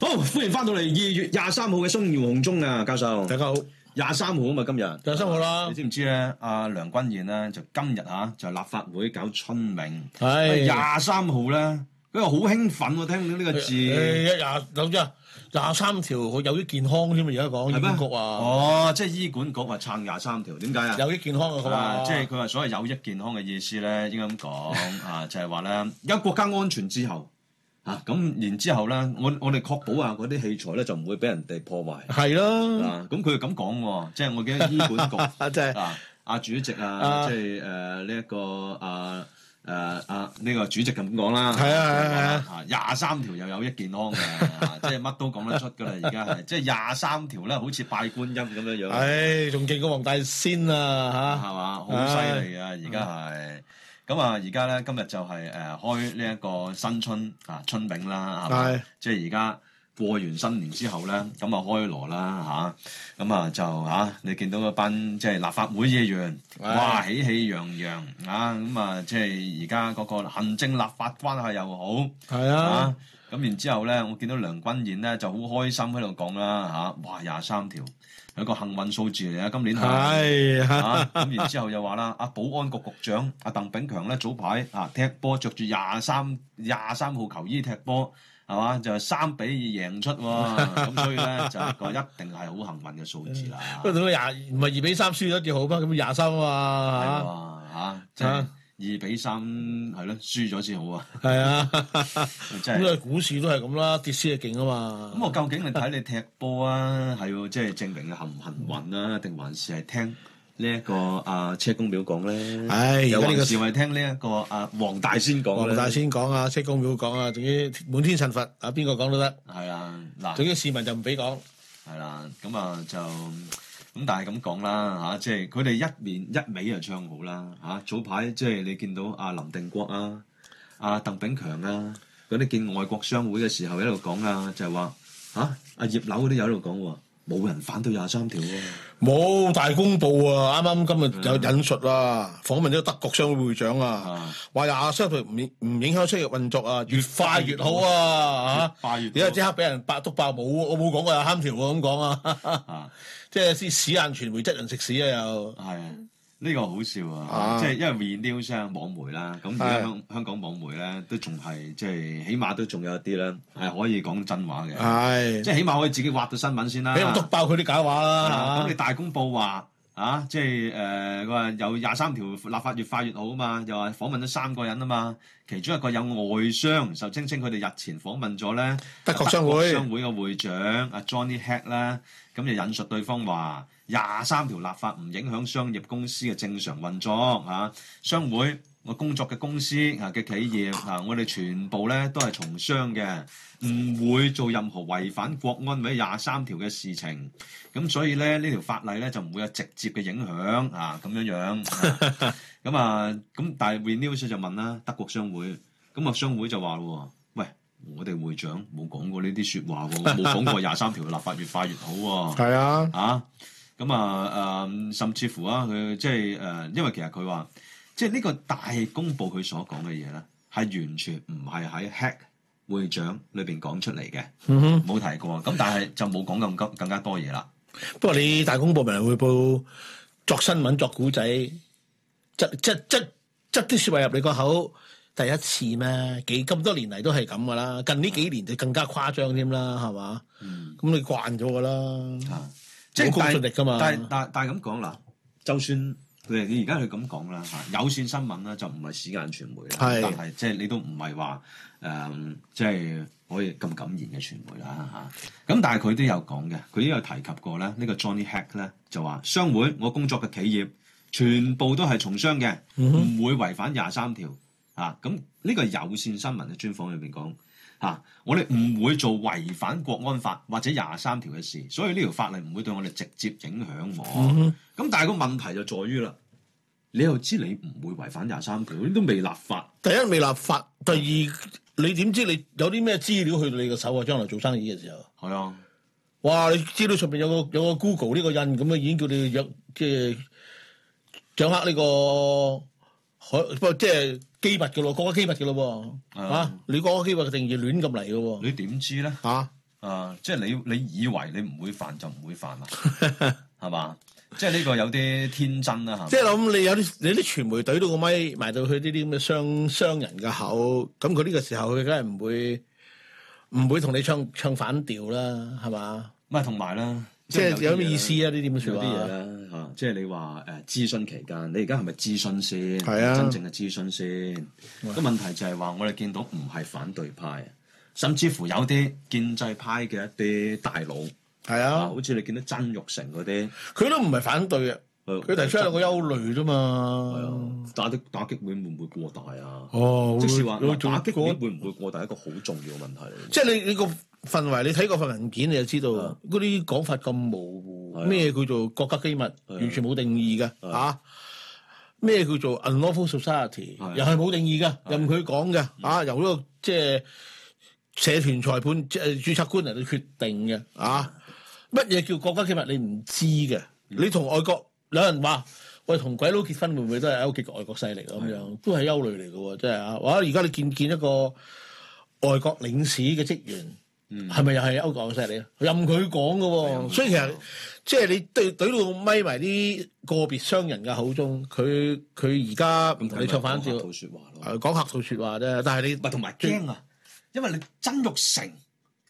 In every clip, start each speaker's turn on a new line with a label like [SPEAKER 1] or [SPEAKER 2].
[SPEAKER 1] 好，歡迎翻到嚟二月廿三號嘅《鬆搖紅中》啊，教授。
[SPEAKER 2] 大家好，
[SPEAKER 1] 廿三號啊嘛，今日
[SPEAKER 2] 大家好啦
[SPEAKER 1] 你，知唔知咧？阿梁君彥咧就今日吓就立法會搞春茗，
[SPEAKER 2] 係
[SPEAKER 1] 哎廿三號咧，佢話好興奮喎，聽到呢個字
[SPEAKER 2] 誒哎一廿有啫，廿三條佢有益健康添啊！而家講醫
[SPEAKER 1] 係咩？
[SPEAKER 2] 管局啊，
[SPEAKER 1] 哦，即係醫管局話撐廿三條，點解啊？
[SPEAKER 2] 有益健康啊，佢
[SPEAKER 1] 啊
[SPEAKER 2] 話
[SPEAKER 1] 即係佢話所謂有益健康嘅意思咧，應該咁 講啊，就係話咧有國家安全之後啊，咁然之後咧，我我哋確保啊嗰啲器材咧就唔會俾人哋破壞
[SPEAKER 2] 係咯，
[SPEAKER 1] 啊，咁佢又咁講喎， 即係我記得醫 管局。
[SPEAKER 2] 啊真係
[SPEAKER 1] 啊，阿主席啊，
[SPEAKER 2] 啊
[SPEAKER 1] 即係誒呢一個啊誒啊呢個主席咁講啦，
[SPEAKER 2] 係啊係啊係啊
[SPEAKER 1] 啊，廿三條又有益健康嘅，啊即係乜都講得出㗎啦，而家係即係廿三條咧，好似拜觀音咁樣樣，
[SPEAKER 2] 唉，仲勁過黃大仙啊嗯
[SPEAKER 1] 係嘛，好犀利啊！而家係。咁啊，而家咧今日就係、誒、開呢一個新春啊春茗啦，係嘛
[SPEAKER 2] 係？
[SPEAKER 1] 即係而家過完新年之後咧，咁啊開鑼啦吓，咁啊就吓、你見到嗰班即係立法會議員，
[SPEAKER 2] 唉
[SPEAKER 1] 哇喜氣洋洋啊！咁啊，即係而家嗰個行政立法關係又好。
[SPEAKER 2] 嚇，係啊
[SPEAKER 1] 啊，，咁然之後咧，我見到梁君彥咧就好開心喺度講啦嚇，哇廿三條有一個幸運數字嚟啊，今年
[SPEAKER 2] 係
[SPEAKER 1] 啊
[SPEAKER 2] 嚇，
[SPEAKER 1] 咁然之後又話啦，阿保安局局長阿鄧炳強咧早排啊踢波着住廿三廿三號球衣踢波，係嘛就三比二贏出喎， 咁所以咧就個一定係好幸運嘅數字啦，
[SPEAKER 2] 不過點解廿唔係二比三輸咗啲好咩？咁廿三
[SPEAKER 1] 係
[SPEAKER 2] 啊嘛
[SPEAKER 1] 喎嚇，即係二比三係咯，輸咗先好 啊，
[SPEAKER 2] 嚇，係 啊，
[SPEAKER 1] 即係
[SPEAKER 2] 咁。啊股市都係咁啦，跌先係勁啊
[SPEAKER 1] 咁
[SPEAKER 2] 嘛，
[SPEAKER 1] 我究竟係睇你踢波啊，係要即係證明你幸唔幸運啊，定還是係聽呢一個啊車公廟講咧？
[SPEAKER 2] 唉
[SPEAKER 1] 又
[SPEAKER 2] 啊而家呢
[SPEAKER 1] 還
[SPEAKER 2] 個
[SPEAKER 1] 是係聽呢一個啊黃大仙講
[SPEAKER 2] 黃
[SPEAKER 1] 咧？
[SPEAKER 2] 大仙講啊，車公廟講啊，總之滿天神佛啊，邊個講都得，
[SPEAKER 1] 係啦，
[SPEAKER 2] 總
[SPEAKER 1] 嗱
[SPEAKER 2] 之市民就唔俾講。
[SPEAKER 1] 係啦，咁啊就咁，但係咁講啦嚇，即係佢哋一面一味就唱好啦嚇、早排即係你見到阿林定國啊、阿、鄧炳強啊嗰啲見外國商會嘅時候，一路講啊，就係話嚇阿葉劉嗰啲有喺度講喎。冇人反對廿三條喎，
[SPEAKER 2] 冇大公報啊！啱啱今日有引述啊，訪問咗德國商會會長啊
[SPEAKER 1] 啊，
[SPEAKER 2] 話廿三條唔影唔影響商業運作啊，越快越好啊！嚇，
[SPEAKER 1] 八月
[SPEAKER 2] 而家即刻俾人白督爆冇，我冇講過有三條喎咁講啊，
[SPEAKER 1] 啊，
[SPEAKER 2] 即係啲屎眼傳媒質人食屎啊又
[SPEAKER 1] 係啊，呢個好笑啊！
[SPEAKER 2] 啊
[SPEAKER 1] 即係因為 renews 啊網媒啦，咁而家
[SPEAKER 2] 係
[SPEAKER 1] 香香港網媒咧都仲係即係起碼都仲有一啲咧係可以講真話
[SPEAKER 2] 嗯啊
[SPEAKER 1] 嘅，
[SPEAKER 2] 係，
[SPEAKER 1] 即係起碼可以自己挖到新聞先啦。
[SPEAKER 2] 俾人督爆佢啲假話
[SPEAKER 1] 啊
[SPEAKER 2] 啦
[SPEAKER 1] 咁你
[SPEAKER 2] 嚇
[SPEAKER 1] 大公報話啊，即係誒，佢、話有廿三條立法越快越好啊嘛，又話訪問咗三個人啊嘛，其中一個有外商，就聲稱佢哋日前訪問咗咧
[SPEAKER 2] 德國商會
[SPEAKER 1] 商會嘅會長阿 Johnny Heck 啦，咁就引述對方話廿三條立法唔影響商業公司嘅正常運作嚇、啊商會。我工作嘅公司啊嘅企業啊，我哋全部咧都係從商嘅，唔會做任何違反國安或者廿三條嘅事情。咁所以咧呢條法例咧就唔會有直接嘅影響啊咁樣樣。啊咁啊咁，但係 Renews 就問啦，德國商會，咁啊商會就話喎，喂，我哋會長冇講過呢啲説話喎，冇講過廿三條立法越快越好喎。
[SPEAKER 2] 係啊，
[SPEAKER 1] 啊，咁啊誒、甚至乎啊，佢即係誒、因為其實佢話，即係呢個大公報佢所講嘅嘢咧，係完全唔係喺 hack 會長裏邊講出嚟嘅，
[SPEAKER 2] 嗯哼。
[SPEAKER 1] 冇提過。咁但係就冇講咁更更加多嘢啦。
[SPEAKER 2] 不過你大公報咪會報作新聞作古仔，執執執執啲説話入你個口，第一次咩？幾咁多年嚟都係咁噶啦，近呢幾年就更加誇張添啦，係嘛？
[SPEAKER 1] 嗯，
[SPEAKER 2] 咁你慣咗噶啦，
[SPEAKER 1] 啊，
[SPEAKER 2] 即係公
[SPEAKER 1] 但
[SPEAKER 2] 信力噶啊嘛？
[SPEAKER 1] 但係但但係咁講啦，就算佢哋而家佢咁講啦啊嚇，有線新聞啦就唔係屎眼傳媒
[SPEAKER 2] 係
[SPEAKER 1] 啦，但係即係你都唔係話誒，即係可以咁敢言嘅傳媒啦啊嚇。咁但係佢都有講嘅，佢都有提及過咧，呢、個 Johnny Hack 咧就話商會我工作嘅企業全部都係從商嘅，唔、會違反廿三條啊。咁呢個有線新聞嘅專訪裏邊講。啊！我哋唔會做違反國安法或者廿三條嘅事，所以呢條法例唔會對我哋直接影響我。咁、但係個問題就在於啦，你又知你唔會違反廿三條，你都未立法，
[SPEAKER 2] 第一未立法，第二你點知你有啲咩資料去到你個手啊？將來做生意嘅時候，
[SPEAKER 1] 係啊，
[SPEAKER 2] 哇！你資料上面有個有個 Google 呢個印咁啊，已經叫你有即係掌握呢、個海不過即係機密嘅咯，國家機密嘅咯喎
[SPEAKER 1] 啊
[SPEAKER 2] 啊！你國家機密嘅定義亂咁嚟嘅喎
[SPEAKER 1] 你點知咧？
[SPEAKER 2] 嚇，
[SPEAKER 1] 啊，即係你你以為你唔會犯就唔會 犯啦，係嘛？即係呢個有啲天真啦，
[SPEAKER 2] 即
[SPEAKER 1] 係
[SPEAKER 2] 係
[SPEAKER 1] 嘛
[SPEAKER 2] 我諗你有啲你啲傳媒懟到個咪埋到去呢啲咁嘅商商人嘅口，咁佢呢個時候佢梗係唔會唔會同你唱唱反調啦，係嘛？
[SPEAKER 1] 唔係同埋啦，
[SPEAKER 2] 即係有咩意思
[SPEAKER 1] 啊？
[SPEAKER 2] 啊？呢啲咁嘅
[SPEAKER 1] 有
[SPEAKER 2] 説
[SPEAKER 1] 啲嘢
[SPEAKER 2] 話，
[SPEAKER 1] 啦嚇，即係你話誒諮詢期間，你而家係咪諮詢先？
[SPEAKER 2] 係啊
[SPEAKER 1] 真正嘅諮詢先。個問題就係話，我哋見到唔係反對派，啊甚至乎有啲建制派嘅一啲大佬
[SPEAKER 2] 係
[SPEAKER 1] 啊，
[SPEAKER 2] 啊，
[SPEAKER 1] 好似你見到曾玉成嗰啲，
[SPEAKER 2] 佢都唔係反對啊，佢
[SPEAKER 1] 佢
[SPEAKER 2] 提出兩個憂慮啫
[SPEAKER 1] 係
[SPEAKER 2] 嘛。
[SPEAKER 1] 啊，打擊打擊會唔會過大啊？
[SPEAKER 2] 哦，
[SPEAKER 1] 即是話
[SPEAKER 2] 會
[SPEAKER 1] 嗱打擊
[SPEAKER 2] 會
[SPEAKER 1] 面會唔會過大一個好重要嘅問題嚟
[SPEAKER 2] 即係你你個氛圍，你睇過份文件，你就知道
[SPEAKER 1] 啊
[SPEAKER 2] 嗰啲講法咁模糊
[SPEAKER 1] 係啊，啊
[SPEAKER 2] 咩叫做國家機密，完全冇定義嘅
[SPEAKER 1] 係啊
[SPEAKER 2] 嚇。咩叫做 unlawful society，
[SPEAKER 1] 係啊嗯
[SPEAKER 2] 又係冇定義嘅，任佢講嘅啊，由呢個即係社團裁判即係註冊官嚟到決定嘅啊。乜嘢叫國家機密？你唔知嘅，你同外國有人話。喂，同鬼佬結婚會唔會都係勾結外國勢力咁樣？都係憂慮嚟嘅喎，真係啊！哇！而家你見見一個外國領事嘅職員，係咪又係歐港勢力啊？任佢講嘅喎，所以其實即係你對懟到咪埋啲個別商人嘅口中，佢佢而家唔同你唱反調，啊
[SPEAKER 1] 套説話咯。
[SPEAKER 2] 誒講客套説話啫。但係
[SPEAKER 1] 唔係
[SPEAKER 2] 你
[SPEAKER 1] 同埋驚啊，因為你曾玉成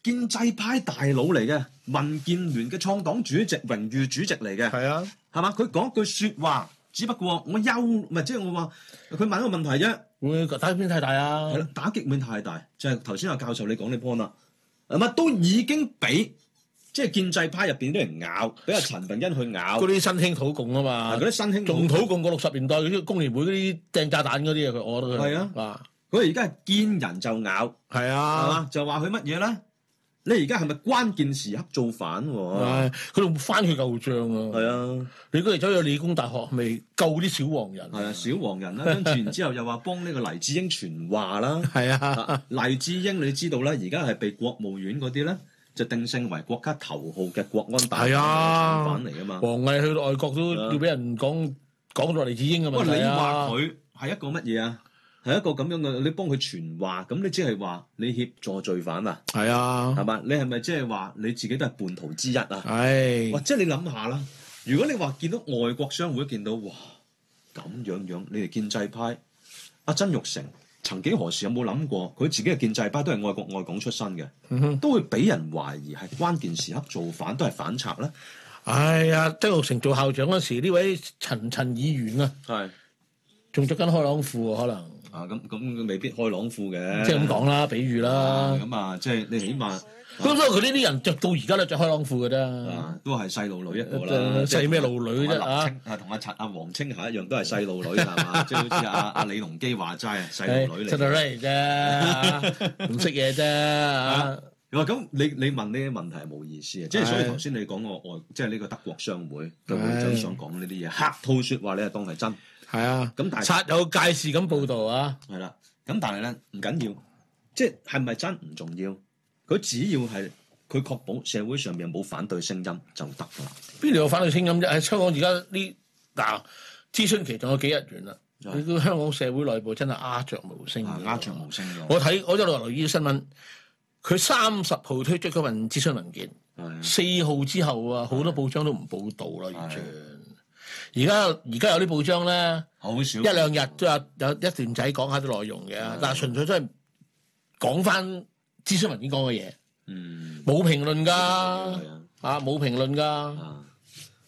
[SPEAKER 1] 建制派大佬嚟嘅，民建聯嘅創黨主席、榮譽主席嚟嘅，
[SPEAKER 2] 係啊，
[SPEAKER 1] 係嘛？佢講句説話，只不過我憂，唔係即係我話佢問一個問題啫，
[SPEAKER 2] 會打邊太大啊
[SPEAKER 1] 係！啦，打擊面太大，就係頭先阿教授你講呢 point 啦，係咪都已經俾即係建制派入邊啲人咬，俾阿陳炳恩去咬
[SPEAKER 2] 嗰，啲新興土共啊
[SPEAKER 1] 嗱
[SPEAKER 2] 嘛
[SPEAKER 1] 嗰，啲新興
[SPEAKER 2] 仲土共過六十年代嗰啲工聯會嗰啲掟炸彈嗰啲啊，佢我覺得佢
[SPEAKER 1] 係
[SPEAKER 2] 啊，
[SPEAKER 1] 佢而家係見人就咬，
[SPEAKER 2] 係
[SPEAKER 1] 係
[SPEAKER 2] 啊。
[SPEAKER 1] 嘛？就話佢乜嘢咧？你而家係咪關鍵時刻造反喎？
[SPEAKER 2] 唉佢仲翻佢舊帳啊！
[SPEAKER 1] 係啊，
[SPEAKER 2] 你嗰日走去理工大學，咪救啲小黃人？
[SPEAKER 1] 係啊，小黃 人啦，跟住然之後又話幫呢個黎智英傳話啦。
[SPEAKER 2] 係啊
[SPEAKER 1] 啊，黎智英你知道啦，而家係被國務院嗰啲咧就定性為國家頭號嘅國安大
[SPEAKER 2] 係啊
[SPEAKER 1] 反嚟噶嘛。
[SPEAKER 2] 王毅去到外國都要俾人講講到黎智英嘅
[SPEAKER 1] 喂，
[SPEAKER 2] 問題
[SPEAKER 1] 啊你話
[SPEAKER 2] 啊！
[SPEAKER 1] 佢係一個乜嘢啊？係一個咁樣嘅，你幫佢傳話，咁你即係話你協助罪犯啊，
[SPEAKER 2] 係啊
[SPEAKER 1] 係，嘛？你係咪即係話你自己都係叛徒之一啊？
[SPEAKER 2] 唉
[SPEAKER 1] 或，者你諗下啦，如果你話見到外國商會見到哇咁樣樣，你哋建制派阿曾玉成曾幾何時有冇諗過佢自己嘅建制派都係愛國愛港出身嘅，
[SPEAKER 2] 嗯
[SPEAKER 1] 都會俾人懷疑係關鍵時刻造反，都係反賊咧。
[SPEAKER 2] 唉呀，曾玉成做校長嗰時，呢位陳陳議員啊，
[SPEAKER 1] 係
[SPEAKER 2] 仲着緊開朗褲啊，可能
[SPEAKER 1] 啊，咁咁未必開朗褲嘅，
[SPEAKER 2] 即係咁講啦，比喻
[SPEAKER 1] 啊
[SPEAKER 2] 啦。
[SPEAKER 1] 咁啊，即係你起碼。
[SPEAKER 2] 咁所以佢呢啲人着到而家都着開朗褲嘅啫。
[SPEAKER 1] 啊，都係細路女一個啦，
[SPEAKER 2] 誒
[SPEAKER 1] 即係
[SPEAKER 2] 細咩路女啫
[SPEAKER 1] 同阿林青啊，同阿陳阿黃青霞一樣，都係細路女係嘛，即係好似阿阿李龍基話齋，啊細路女
[SPEAKER 2] 出
[SPEAKER 1] 嚟
[SPEAKER 2] 到
[SPEAKER 1] 嘅。
[SPEAKER 2] 嚟 啫，唔識嘢啫。啊
[SPEAKER 1] 你話咁，你你問呢啲問題係冇意思嘅，即係所以
[SPEAKER 2] 係
[SPEAKER 1] 頭先你講個外，即係呢個德國商會嘅會長想講呢啲嘢，客套説話你係當係真，
[SPEAKER 2] 係啊，
[SPEAKER 1] 咁但係
[SPEAKER 2] 刷有介事咁報導啊，
[SPEAKER 1] 係啦。咁但係咧唔緊要，即係係咪真唔重要，佢只要係佢確保社會上面冇反對聲音就得㗎啦。
[SPEAKER 2] 邊度有反對聲音啫？喺香港而家呢嗱諮詢期仲有幾日完啦，
[SPEAKER 1] 係
[SPEAKER 2] 你個香港社會內部真係鴉雀無聲
[SPEAKER 1] 啊
[SPEAKER 2] 嘅，
[SPEAKER 1] 鴉雀無聲嘅，
[SPEAKER 2] 我睇我一路留意新聞，佢三十號推出嗰份諮詢文件，
[SPEAKER 1] 係啊
[SPEAKER 2] 四號之後啊，好多報章都唔報導啦，完全。而家而家有啲報章咧，
[SPEAKER 1] 好少
[SPEAKER 2] 一兩日都有有一段仔講下啲內容嘅，
[SPEAKER 1] 嗯
[SPEAKER 2] 但係純粹都係講翻諮詢文件講嘅嘢，
[SPEAKER 1] 嗯
[SPEAKER 2] 冇評論㗎，
[SPEAKER 1] 係啊。
[SPEAKER 2] 啊冇評論㗎。
[SPEAKER 1] 啊，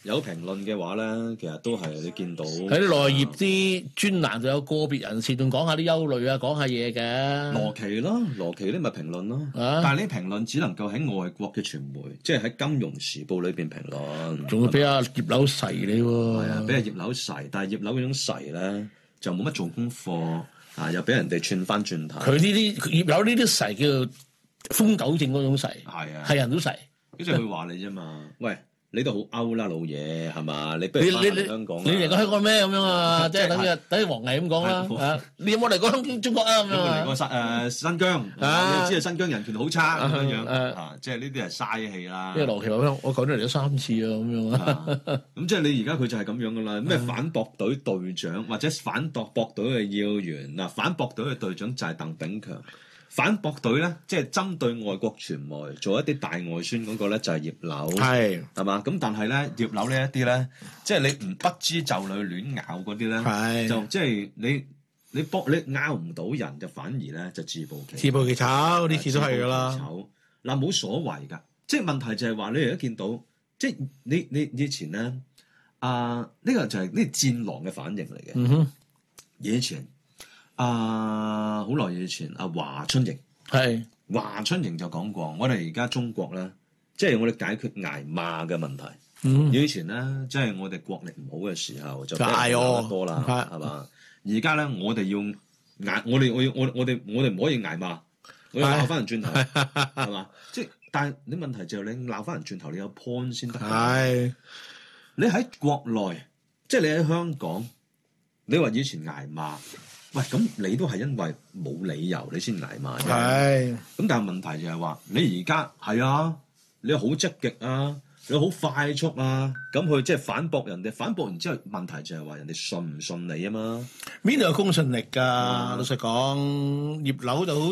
[SPEAKER 1] 有評論嘅話咧，其實都係你見到
[SPEAKER 2] 喺啲內頁啲專欄就有個別人士仲講下啲憂慮啊，講下嘢嘅。
[SPEAKER 1] 羅奇咯，羅奇呢咪評論咯。
[SPEAKER 2] 啊
[SPEAKER 1] 但係呢評論只能夠喺外國嘅傳媒，即係喺《金融時報》裏邊評論。
[SPEAKER 2] 仲會俾阿葉柳噬你
[SPEAKER 1] 係啊，俾
[SPEAKER 2] 喎，
[SPEAKER 1] 阿葉柳噬，但係葉柳嗰種噬咧就冇乜做功課啊，又俾人哋串翻轉頭。
[SPEAKER 2] 佢呢啲葉柳呢啲噬叫做瘋狗症嗰種噬，
[SPEAKER 1] 係啊
[SPEAKER 2] 係，人都噬。
[SPEAKER 1] 跟住佢話你啫嘛，喂，你都好歐啦，老嘢係嘛？你不
[SPEAKER 2] 你
[SPEAKER 1] 如
[SPEAKER 2] 你
[SPEAKER 1] 翻
[SPEAKER 2] 你
[SPEAKER 1] 嚟香港啊啦
[SPEAKER 2] 你嚟過香港咩咁樣啊？即係等於等於王毅咁講
[SPEAKER 1] 係
[SPEAKER 2] 啦。啊你有冇嚟過香中國啊？咁
[SPEAKER 1] 咁
[SPEAKER 2] 樣
[SPEAKER 1] 啊嚟個
[SPEAKER 2] 啊
[SPEAKER 1] 新誒新疆，
[SPEAKER 2] 啊
[SPEAKER 1] 你知啊新疆人權好差咁樣樣
[SPEAKER 2] 啊
[SPEAKER 1] 啊，即係呢啲係嘥氣啦
[SPEAKER 2] 呢。個羅奇話我講咗嚟咗三次啊，咁樣啊。
[SPEAKER 1] 啊咁即係你而家佢就係咁樣噶啦，咩反駁隊隊長或者反駁駁隊嘅要員嗱，反駁隊嘅隊長就係鄧炳強，反駁隊咧，即係針對外國傳媒做一啲大外宣嗰個咧，就係葉劉。
[SPEAKER 2] 係
[SPEAKER 1] 係嘛？咁但係咧，葉柳呢一啲咧，即係你唔不知就裏亂咬嗰啲咧，
[SPEAKER 2] 係
[SPEAKER 1] 就即係你你搏你咬唔到人，就反而咧就自暴其
[SPEAKER 2] 自暴其醜，呢次都係噶
[SPEAKER 1] 自
[SPEAKER 2] 啦，
[SPEAKER 1] 暴其醜嗱，冇所謂㗎，即係問題就係話你而家見到，即係你你你以前咧，啊呢個就係呢戰狼嘅反應嚟嘅。
[SPEAKER 2] 嗯哼，
[SPEAKER 1] 以前啊，好耐以前啊，華春瑩。
[SPEAKER 2] 係
[SPEAKER 1] 華春瑩就講過，我哋而家中國咧，即係我哋解決挨罵嘅問題。
[SPEAKER 2] 嗯
[SPEAKER 1] 以前咧，即係我哋國力唔好嘅時候就
[SPEAKER 2] 就嗌我
[SPEAKER 1] 我多啦，
[SPEAKER 2] 係
[SPEAKER 1] 係嘛？而家咧，我哋要挨，我哋我要我我哋我哋唔可以挨罵，我要鬧翻人轉頭，係嘛？即係但係你問題就係你鬧翻人轉頭，你有 point 先得㗎。
[SPEAKER 2] 係
[SPEAKER 1] 你喺國內，即係你喺香港，你話以前挨罵，喂咁你都係因為冇理由你先挨罵啫。
[SPEAKER 2] 係
[SPEAKER 1] 咁但係問題就係話，你而家係啊，你好積極啊，你好快速啊，咁佢即係反駁人哋，反駁完之後，問題就係話人哋信唔信你啊嘛。
[SPEAKER 2] 邊度有公信力㗎？
[SPEAKER 1] 嗯
[SPEAKER 2] 老實講，葉劉就好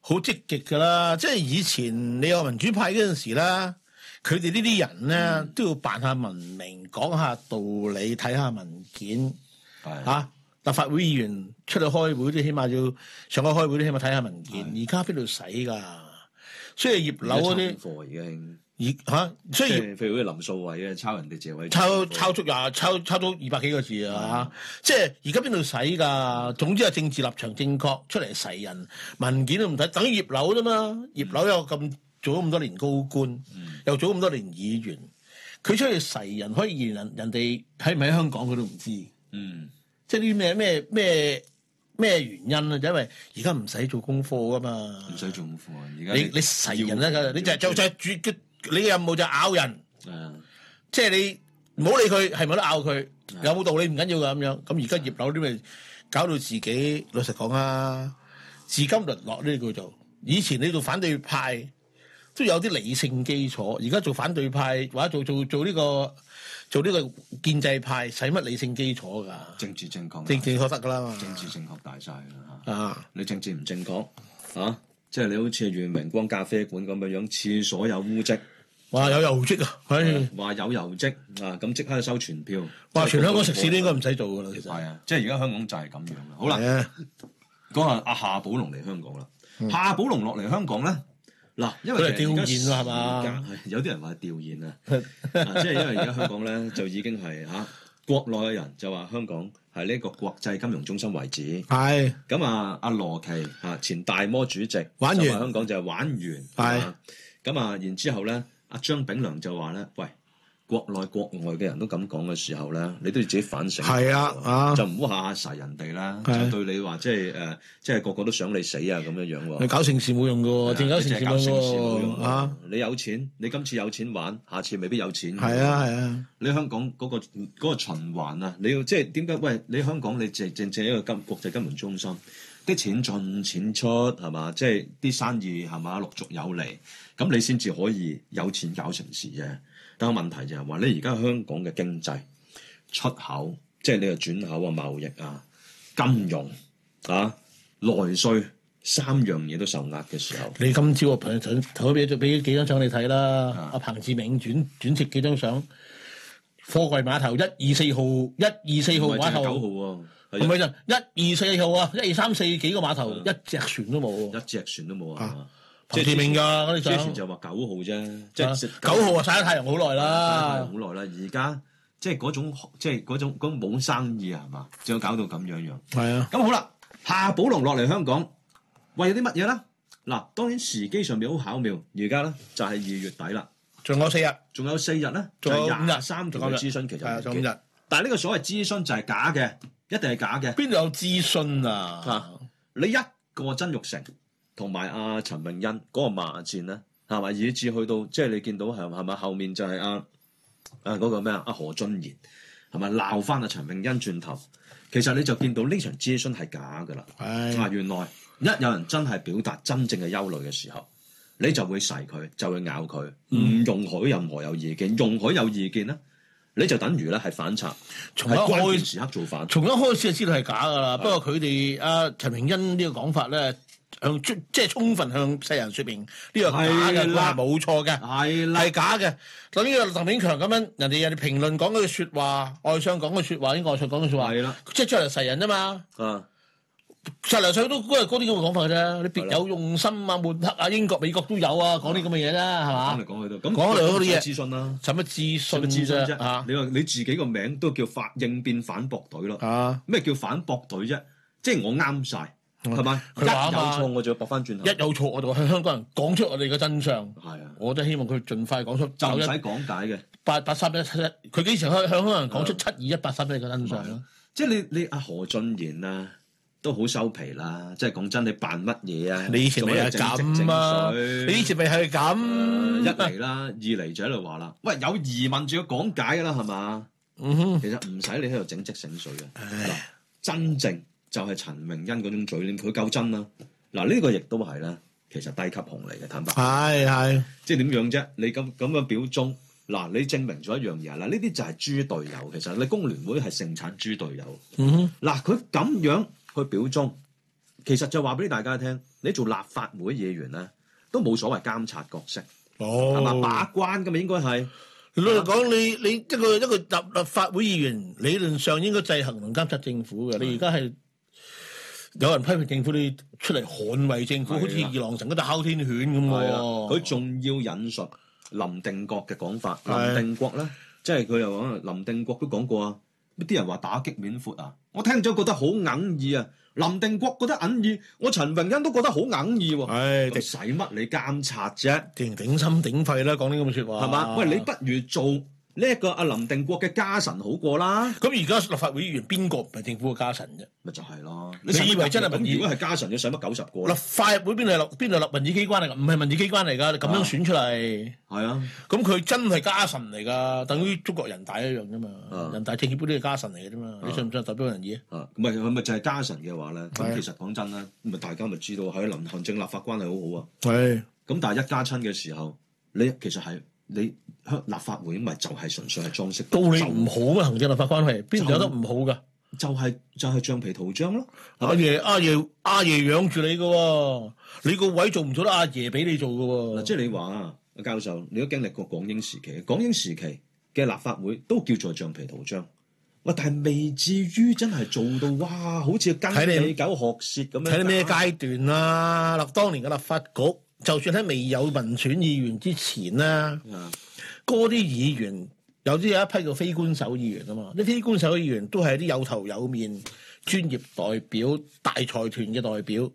[SPEAKER 2] 好積極㗎啦。即係以前你有民主派嗰陣時啦，佢哋呢啲人咧、都要扮下文明，講下道理，睇下文件。
[SPEAKER 1] 係
[SPEAKER 2] 嚇、啊立法會議員出去開會都起碼要上去開會都起碼睇下文件，而家邊度使㗎？所以葉劉嗰啲
[SPEAKER 1] 貨已經，
[SPEAKER 2] 而嚇，所
[SPEAKER 1] 即
[SPEAKER 2] 以葉
[SPEAKER 1] 係譬如好似林素慧啊，抄人哋謝偉俊
[SPEAKER 2] 抄
[SPEAKER 1] 嗰個
[SPEAKER 2] 抄足廿抄抄到二百幾個字啊！即係而家邊度使㗎？總之係啊政治立場正確，出嚟噬人文件都唔睇，等於葉劉啫嘛。葉劉又咁做咗咁多年高官，
[SPEAKER 1] 嗯
[SPEAKER 2] 又做咗咁多年議員，佢出去噬人，可以人人哋喺唔喺香港佢都唔知，即
[SPEAKER 1] 嗯
[SPEAKER 2] 係呢啲咩咩咩咩原因啊？就因為而家唔使做功課㗎嘛，
[SPEAKER 1] 唔使做咁貨，而家
[SPEAKER 2] 你你噬人啦，你就係就就係主你嘅任務就係咬人。
[SPEAKER 1] 係啊
[SPEAKER 2] 即係你唔好理佢係咪都拗佢，有冇道理唔緊要噶咁樣。咁而家葉劉啲咪搞到自己，老實講啊，自甘淪落呢啲叫做。以前你做反對派都有啲理性基礎，而家做反對派或者做做做呢、個做呢個建制派，使乜理性基礎㗎？
[SPEAKER 1] 政治正確，啊
[SPEAKER 2] 正正確得㗎啦嘛。
[SPEAKER 1] 政治正確大晒啦嚇。
[SPEAKER 2] 啊，
[SPEAKER 1] 你政治唔正確啊？即係你好似願榮光咖啡館咁樣樣，廁所有污跡。
[SPEAKER 2] 哇有油跡啊，唉，
[SPEAKER 1] 話有油跡啊，咁即刻收傳票。
[SPEAKER 2] 哇全香港食肆嗯都應該唔使做㗎啦，其實。啊
[SPEAKER 1] 係啊，即係而家香港就係咁樣啦。好啦，
[SPEAKER 2] 啦，
[SPEAKER 1] 講下阿夏寶龍嚟香港啦。夏寶龍落嚟香港咧，嗱，因
[SPEAKER 2] 嗯佢
[SPEAKER 1] 為
[SPEAKER 2] 係
[SPEAKER 1] 其實而家
[SPEAKER 2] 吊唁啊啦係嘛
[SPEAKER 1] 時間 係有啲人話吊唁 啊，啊即係因為而家香港咧就已經係嚇國內嘅人就話香港係呢個國際金融中心位置。
[SPEAKER 2] 係
[SPEAKER 1] 咁啊，阿羅奇啊，前大摩主席
[SPEAKER 2] 玩完
[SPEAKER 1] 就話香港就係玩完，
[SPEAKER 2] 係
[SPEAKER 1] 啊咁啊，然之後咧，阿張炳良就話咧，喂，國內國外嘅人都咁講嘅時候咧，你都要自己反省，
[SPEAKER 2] 係啊啊！
[SPEAKER 1] 就唔好下下噬人哋啦，
[SPEAKER 2] 係
[SPEAKER 1] 就對你話即係誒，呃即係個個都想你死啊咁樣樣
[SPEAKER 2] 你
[SPEAKER 1] 喎。
[SPEAKER 2] 搞盛事冇用㗎喎，
[SPEAKER 1] 係
[SPEAKER 2] 淨
[SPEAKER 1] 啊
[SPEAKER 2] 搞
[SPEAKER 1] 你
[SPEAKER 2] 盛
[SPEAKER 1] 淨係
[SPEAKER 2] 事冇
[SPEAKER 1] 搞
[SPEAKER 2] 用
[SPEAKER 1] 盛事冇
[SPEAKER 2] 㗎
[SPEAKER 1] 用
[SPEAKER 2] 喎啊！
[SPEAKER 1] 你有錢，你今次有錢玩，下次未必有錢。
[SPEAKER 2] 係啊係啊，
[SPEAKER 1] 你香港嗰、個嗰個循環啊，你要即係點解？喂，你香港你正正正一個金國際金融中心，啲錢進錢出係嘛？即係啲生意係嘛陸續有嚟，咁你先至可以有錢搞成事啫。但係問題就係話，你而家香港嘅經濟出口，即係你嘅轉口啊、貿易啊、金融啊、內需三樣嘢都受壓嘅時候，
[SPEAKER 2] 你今朝我朋友想投俾咗俾幾張相你睇
[SPEAKER 1] 啊
[SPEAKER 2] 啦，阿彭志明轉轉接幾張相，貨櫃碼頭一二四號，一二四號
[SPEAKER 1] 唔係
[SPEAKER 2] 碼
[SPEAKER 1] 淨係
[SPEAKER 2] 頭，
[SPEAKER 1] 九號喎，
[SPEAKER 2] 唔
[SPEAKER 1] 係
[SPEAKER 2] 係就一二四號啊，一二三四幾個碼頭，一隻船都冇喎。
[SPEAKER 1] 一隻船都冇嗯啊係嘛？
[SPEAKER 2] 彭志明㗎嗰啲
[SPEAKER 1] 之前
[SPEAKER 2] 相，
[SPEAKER 1] 就話九號啫，即
[SPEAKER 2] 啊
[SPEAKER 1] 係
[SPEAKER 2] 九號啊曬咗太陽好耐啦
[SPEAKER 1] 好，耐啦。而家即係嗰種即係嗰種嗰種冇生意啊，係嘛？就搞到咁樣樣。
[SPEAKER 2] 係啊，
[SPEAKER 1] 咁好啦，夏寶龍落嚟香港，為咗啲乜嘢啦？嗱，當然時機上面好巧妙。而家咧就係二月底啦，
[SPEAKER 2] 仲有四日，
[SPEAKER 1] 仲有四日咧，
[SPEAKER 2] 仲有五日
[SPEAKER 1] 廿三條嘅
[SPEAKER 2] 仲有五日
[SPEAKER 1] 諮詢期就
[SPEAKER 2] 係啊，
[SPEAKER 1] 完
[SPEAKER 2] 仲有五日
[SPEAKER 1] 結。但係呢個所謂諮詢就係假嘅，一定係假嘅。
[SPEAKER 2] 邊度有諮詢啊
[SPEAKER 1] 啊？你一個曾玉成同埋阿陳明恩嗰個罵戰咧，係咪以至去到即係你見到係係咪後面就係阿阿嗰個咩啊？阿何俊賢係咪鬧翻阿陳明恩轉頭？其實你就見到呢場諮詢係假㗎啦。啊，
[SPEAKER 2] 係
[SPEAKER 1] 原來一有人真係表達真正嘅憂慮嘅時候，你就會噬佢，就會咬佢，唔容許任何有意見。容許有意見咧，你就等於咧係反賊，
[SPEAKER 2] 從一
[SPEAKER 1] 係關
[SPEAKER 2] 開
[SPEAKER 1] 鍵時刻造反。
[SPEAKER 2] 從一開始就知道係假噶啦，不過佢哋阿陳明恩呢個講法咧，向即係充分向世人説明呢個係假嘅，
[SPEAKER 1] 係
[SPEAKER 2] 佢
[SPEAKER 1] 啦
[SPEAKER 2] 係冇錯嘅，
[SPEAKER 1] 係啦，
[SPEAKER 2] 係假嘅。等呢個鄧炳強咁樣，人哋人哋評論講嗰句説話，外相講嘅説話，應該外相講嘅説話，
[SPEAKER 1] 係啦，
[SPEAKER 2] 即係出嚟世人啫嘛。
[SPEAKER 1] 啊，
[SPEAKER 2] 實嚟上都嗰係嗰啲咁嘅講法嘅啫，你別
[SPEAKER 1] 係啦
[SPEAKER 2] 有用心啊、抹黑啊、英國、美國都有啊，講啲咁嘅嘢
[SPEAKER 1] 講嚟
[SPEAKER 2] 啦，係嘛？
[SPEAKER 1] 講去都咁
[SPEAKER 2] 啊講嚟講去都
[SPEAKER 1] 咁
[SPEAKER 2] 嘢
[SPEAKER 1] 諮詢啦，
[SPEAKER 2] 使乜
[SPEAKER 1] 使
[SPEAKER 2] 資訊
[SPEAKER 1] 乜諮詢
[SPEAKER 2] 啫？
[SPEAKER 1] 啫
[SPEAKER 2] 啊？
[SPEAKER 1] 你話你自己個名都叫反應變反駁隊咯。
[SPEAKER 2] 啊！
[SPEAKER 1] 咩叫反駁隊啫？即係我啱晒，係咪？
[SPEAKER 2] 佢話啊
[SPEAKER 1] 一有
[SPEAKER 2] 嘛
[SPEAKER 1] 錯我就要駁翻轉頭。
[SPEAKER 2] 一有錯我就向香港人講出我哋嘅真相。
[SPEAKER 1] 係啊，
[SPEAKER 2] 我都希望佢盡快講出
[SPEAKER 1] 就唔
[SPEAKER 2] 一
[SPEAKER 1] 使講解嘅。
[SPEAKER 2] 八八三一七一，佢幾時向向香港人講出七二一八三一嘅真相咧？
[SPEAKER 1] 即係你你阿何俊賢啊，都好收皮啦。即係講真，你扮乜嘢啊？
[SPEAKER 2] 你以前咪係咁啊？你以前咪係
[SPEAKER 1] 誒
[SPEAKER 2] 咁
[SPEAKER 1] 一嚟啦，二嚟就喺度話啦，喂有疑問仲要講解㗎啦，係嘛？
[SPEAKER 2] 嗯哼，
[SPEAKER 1] 其實唔使你喺度整即醒水嘅。嗱，真正就係陳明恩嗰種嘴臉，佢夠真啦。嗱，呢個亦都係啦，其實低級紅嚟嘅，坦白。
[SPEAKER 2] 啊係係
[SPEAKER 1] 即係點樣啫？你咁咁嘅表忠，嗱，你證明咗一樣嘢啊啦。呢啲就係豬隊友，其實你工聯會係盛產豬隊友。
[SPEAKER 2] 嗯哼
[SPEAKER 1] 嗱，佢咁樣去表忠，其實就話俾大家聽，你做立法會議員咧，都冇所謂監察角色，係啊嘛、
[SPEAKER 2] 哦。
[SPEAKER 1] 把關㗎嘛，應該係
[SPEAKER 2] 老實講，你你一個一個立立法會議員，理論上應該制衡同監察政府嘅。你而家係有人批評政府，你出嚟捍衛政府，
[SPEAKER 1] 係啊
[SPEAKER 2] 好似二郎神嗰度哮天犬咁
[SPEAKER 1] 係
[SPEAKER 2] 喎。
[SPEAKER 1] 啦。佢仲要引述林定國嘅講法，
[SPEAKER 2] 係
[SPEAKER 1] 林定國咧，即係佢又講，啊林定國都講過啊。啲人話打擊面闊啊，我聽咗覺得好硬意啊。林定國覺得硬意，我陳榮恩都覺得好硬意喎。
[SPEAKER 2] 唉，
[SPEAKER 1] 咁使乜你監察啫？
[SPEAKER 2] 定頂心頂肺啦，講啲咁嘅説話
[SPEAKER 1] 係嘛？喂，你不如做呢一個阿林定國嘅家臣好過啦，
[SPEAKER 2] 咁而家立法會議員邊個唔係政府嘅家臣啫？
[SPEAKER 1] 咪就係咯。
[SPEAKER 2] 你以為真係民
[SPEAKER 1] 咁
[SPEAKER 2] 意
[SPEAKER 1] 如果係家臣，要使乜九十個
[SPEAKER 2] 立
[SPEAKER 1] 咧？
[SPEAKER 2] 法入會邊度立邊度立民意機關嚟㗎？唔係民意機關嚟㗎，你咁樣選出嚟，
[SPEAKER 1] 係啊，
[SPEAKER 2] 咁佢真係家臣嚟㗎，等於中國人大一樣啫嘛
[SPEAKER 1] 啊。
[SPEAKER 2] 人大政協會都係家臣嚟嘅啫嘛，你信唔信代表人意？
[SPEAKER 1] 啊，咪佢咪就係家臣嘅話咧。
[SPEAKER 2] 係啊
[SPEAKER 1] 咁其實講真啦，咪大家咪知道喺林行政立法關係好好啊。
[SPEAKER 2] 係
[SPEAKER 1] 咁但係一家親嘅時候，你其實係你香立法會咪就係純粹係裝飾，
[SPEAKER 2] 道理唔好嘅行政立法關係，邊度有得唔好㗎？
[SPEAKER 1] 就就係就係橡皮圖章咯。
[SPEAKER 2] 阿爺阿爺阿爺養住你嘅喎，你個位做唔做得阿爺俾你做嘅
[SPEAKER 1] 嗱，
[SPEAKER 2] 喎？
[SPEAKER 1] 即係你話啊，阿教授，你都經歷過港英時期，港英時期嘅立法會都叫做橡皮圖章。喂，但係未至於真係做到哇，好似跟
[SPEAKER 2] 睇你
[SPEAKER 1] 你狗學舌咁樣。
[SPEAKER 2] 睇你咩階段啦、嗱，當年嘅立法局，就算喺未有民選議員之前啦、
[SPEAKER 1] 啊？
[SPEAKER 2] 嗰啲議員有啲有一批叫非官守議員啊嘛，啲非官守議員都係啲有頭有面、專業代表、大財團嘅代表，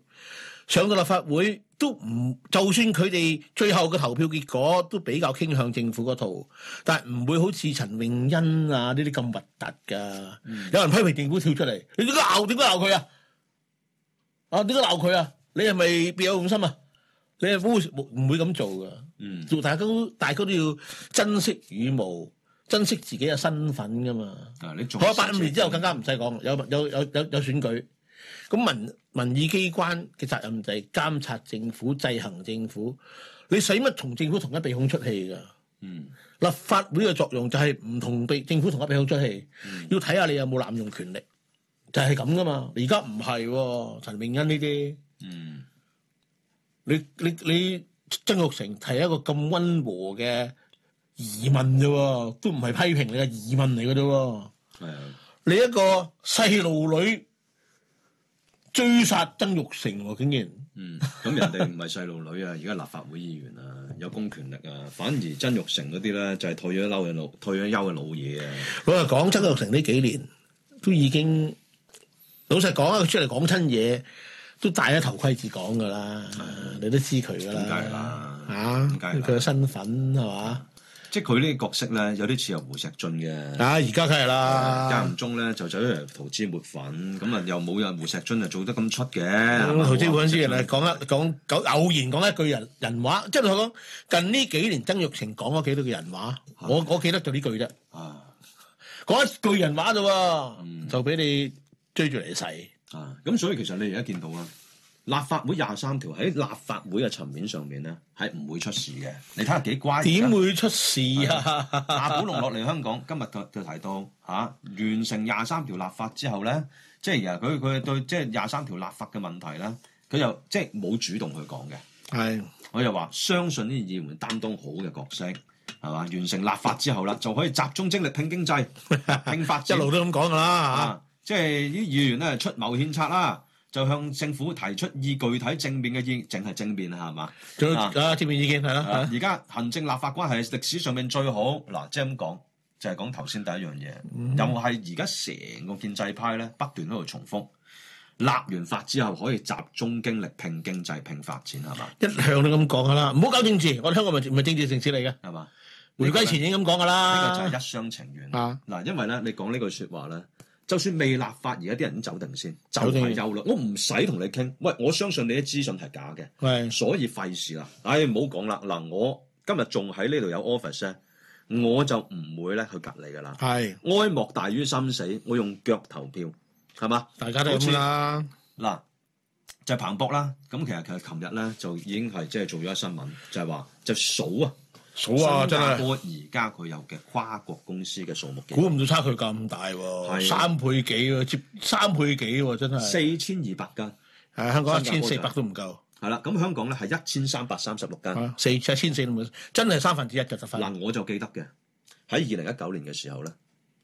[SPEAKER 2] 上到立法會都唔，就算佢哋最後嘅投票結果都比較傾向政府嗰套，但係唔會好似陳永欣啊呢啲咁核突噶。
[SPEAKER 1] 嗯
[SPEAKER 2] 有人批評政府跳出嚟，你點解鬧？點解鬧佢啊？啊，點解鬧佢啊？你係咪別有用心啊？你係冇冇唔會咁做噶。
[SPEAKER 1] 嗯，
[SPEAKER 2] 做大家都大家都要珍惜羽毛，珍惜自己嘅身份噶嘛。
[SPEAKER 1] 啊，你做
[SPEAKER 2] 好啦，八五年之後更加唔使講，有有有有有選舉，咁民民意機關嘅責任就係監察政府、制衡政府。你使乜同政府同一鼻孔出氣㗎？
[SPEAKER 1] 嗯，
[SPEAKER 2] 立法會嘅作用就係唔同被政府同一鼻孔出氣，要睇下你有冇濫用權力，就係咁噶嘛。而家唔係喎，陳明恩呢啲。
[SPEAKER 1] 嗯，
[SPEAKER 2] 你你你曾玉成提一個咁温和嘅疑問啫喎，都唔係批評你嘅啊疑問嚟嘅啫喎。
[SPEAKER 1] 係啊，
[SPEAKER 2] 你一個細路女追殺曾玉成喎，竟然
[SPEAKER 1] 嗯，咁人哋唔係細路女啊，而家立法會議員啊，有公權力啊，反而曾玉成嗰啲咧就係退咗休嘅老退咗休嘅老嘢啊，
[SPEAKER 2] 老實講，曾玉成呢幾年都已經老實講啊，佢出嚟講親嘢都戴咗頭盔至講噶啦，你都知佢噶啦，
[SPEAKER 1] 咁梗係啦
[SPEAKER 2] 啊
[SPEAKER 1] 咁梗係啦
[SPEAKER 2] 佢嘅身份係嘛
[SPEAKER 1] 即係佢呢個角色咧有啲似阿胡錫進嘅。
[SPEAKER 2] 啊，而家梗係啦
[SPEAKER 1] 間。唔中咧就走咗嚟塗脂抹粉，咁啊又冇人胡錫進啊做得咁啊出嘅。
[SPEAKER 2] 咁嗯頭先嗰陣時
[SPEAKER 1] 咧
[SPEAKER 2] 咧講一講講偶然講一句人人話，即係佢講近呢幾年曾玉成講咗幾多句人話，我我記得就呢句啫，
[SPEAKER 1] 啊
[SPEAKER 2] 講一句人
[SPEAKER 1] 嗯
[SPEAKER 2] 話啫喎，就俾你追住嚟噬。
[SPEAKER 1] 啊，咁所以其實你而家見到啊，立法會廿三條喺立法會嘅層面上面咧，係唔會出事嘅。你睇下幾乖。
[SPEAKER 2] 點會出事 啊？
[SPEAKER 1] 阿古龍落嚟香港，今日就就提到嚇、啊完成廿三條立法之後咧，即係啊佢佢對即係廿三條立法嘅問題咧，佢又即係冇主動去講嘅。
[SPEAKER 2] 係
[SPEAKER 1] 我就話相信呢啲議員擔當好嘅角色，係嘛？完成立法之後啦，就可以集中精力拼經 濟、拼發
[SPEAKER 2] 一
[SPEAKER 1] 展。
[SPEAKER 2] 路都咁講噶啦
[SPEAKER 1] 啊，即係啲議員咧出謀獻策啦，就向政府提出以具體正面嘅意，淨係正面啊，係嘛？
[SPEAKER 2] 嚇，仲有
[SPEAKER 1] 啊
[SPEAKER 2] 啊正面意見係啦，
[SPEAKER 1] 啊
[SPEAKER 2] 嚇
[SPEAKER 1] 而家行政立法關係係歷史上面最好嗱，即係咁講，就係講頭先第一樣嘢，
[SPEAKER 2] 嗯
[SPEAKER 1] 又係而家成個建制派咧不斷喺度重複。立完法之後可以集中精力拼經濟、拼發展，係嘛？
[SPEAKER 2] 一向都咁講噶啦，唔好搞政治，我哋香港咪咪政治城市嚟嘅，
[SPEAKER 1] 係嘛？
[SPEAKER 2] 回歸前已經咁講噶
[SPEAKER 1] 呢個就係，
[SPEAKER 2] 啦
[SPEAKER 1] 一廂情願。
[SPEAKER 2] 啊
[SPEAKER 1] 嗱，因為咧，你講呢句説話咧，就算未立法，而家啲人已經走定先，就
[SPEAKER 2] 走定
[SPEAKER 1] 係憂慮。我唔使同你傾，喂，我相信你啲資訊係假嘅，
[SPEAKER 2] 係
[SPEAKER 1] 所以費事啦。唉，唔好講啦。嗱，我今日仲喺呢度有 office 咧，我就唔會咧去隔你噶啦。
[SPEAKER 2] 係
[SPEAKER 1] 哀莫大於心死，我用腳投票，係嘛？
[SPEAKER 2] 大家都咁啦，
[SPEAKER 1] 嗱，就係彭博啦。咁其實其實琴日咧就已經係即係做咗一新聞，就係話就數啊，
[SPEAKER 2] 數啊
[SPEAKER 1] 新
[SPEAKER 2] 真
[SPEAKER 1] 加
[SPEAKER 2] 係，
[SPEAKER 1] 坡而家佢有嘅跨國公司嘅數目幾多
[SPEAKER 2] 估唔到差距咁大
[SPEAKER 1] 係啊
[SPEAKER 2] 喎，三倍幾喎，接三倍幾喎，真係，
[SPEAKER 1] 四千二百間，
[SPEAKER 2] 係香港
[SPEAKER 1] 新加
[SPEAKER 2] 一
[SPEAKER 1] 坡
[SPEAKER 2] 千
[SPEAKER 1] 就
[SPEAKER 2] 四
[SPEAKER 1] 係
[SPEAKER 2] 百都唔夠，
[SPEAKER 1] 係啦。咁香港咧係一千三百三十六間。
[SPEAKER 2] 啊四一千四都冇，真係三分之一嘅得翻，
[SPEAKER 1] 嗱，我就記得嘅喺二零一九年嘅時候咧，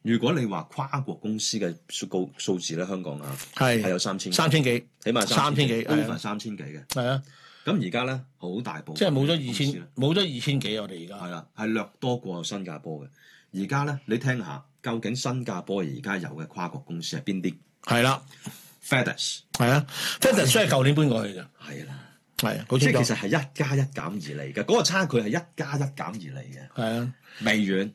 [SPEAKER 1] 如果你話跨國公司嘅數告數字咧，香港啊係
[SPEAKER 2] 係
[SPEAKER 1] 有三千，
[SPEAKER 2] 三千幾，
[SPEAKER 1] 起碼
[SPEAKER 2] 三千幾係啊
[SPEAKER 1] over 三千幾嘅。
[SPEAKER 2] 係啊，
[SPEAKER 1] 咁而家咧好大部分
[SPEAKER 2] 即係冇
[SPEAKER 1] 公
[SPEAKER 2] 咗二
[SPEAKER 1] 司
[SPEAKER 2] 千
[SPEAKER 1] 呢，
[SPEAKER 2] 冇咗二千幾，我哋而
[SPEAKER 1] 係啦，係略多過新加坡嘅。而家咧，你聽下，究竟新加坡而家有嘅跨國公司係邊啲
[SPEAKER 2] 家係啦，
[SPEAKER 1] ？FedEx
[SPEAKER 2] 係啊 f e d e 係舊年搬過去嘅，
[SPEAKER 1] 係啦，
[SPEAKER 2] 係啊好
[SPEAKER 1] 即
[SPEAKER 2] 清楚
[SPEAKER 1] 係，其實係一加一減而嚟嘅，嗰、個差距係一加一減而嚟嘅。
[SPEAKER 2] 係啊，
[SPEAKER 1] 微軟，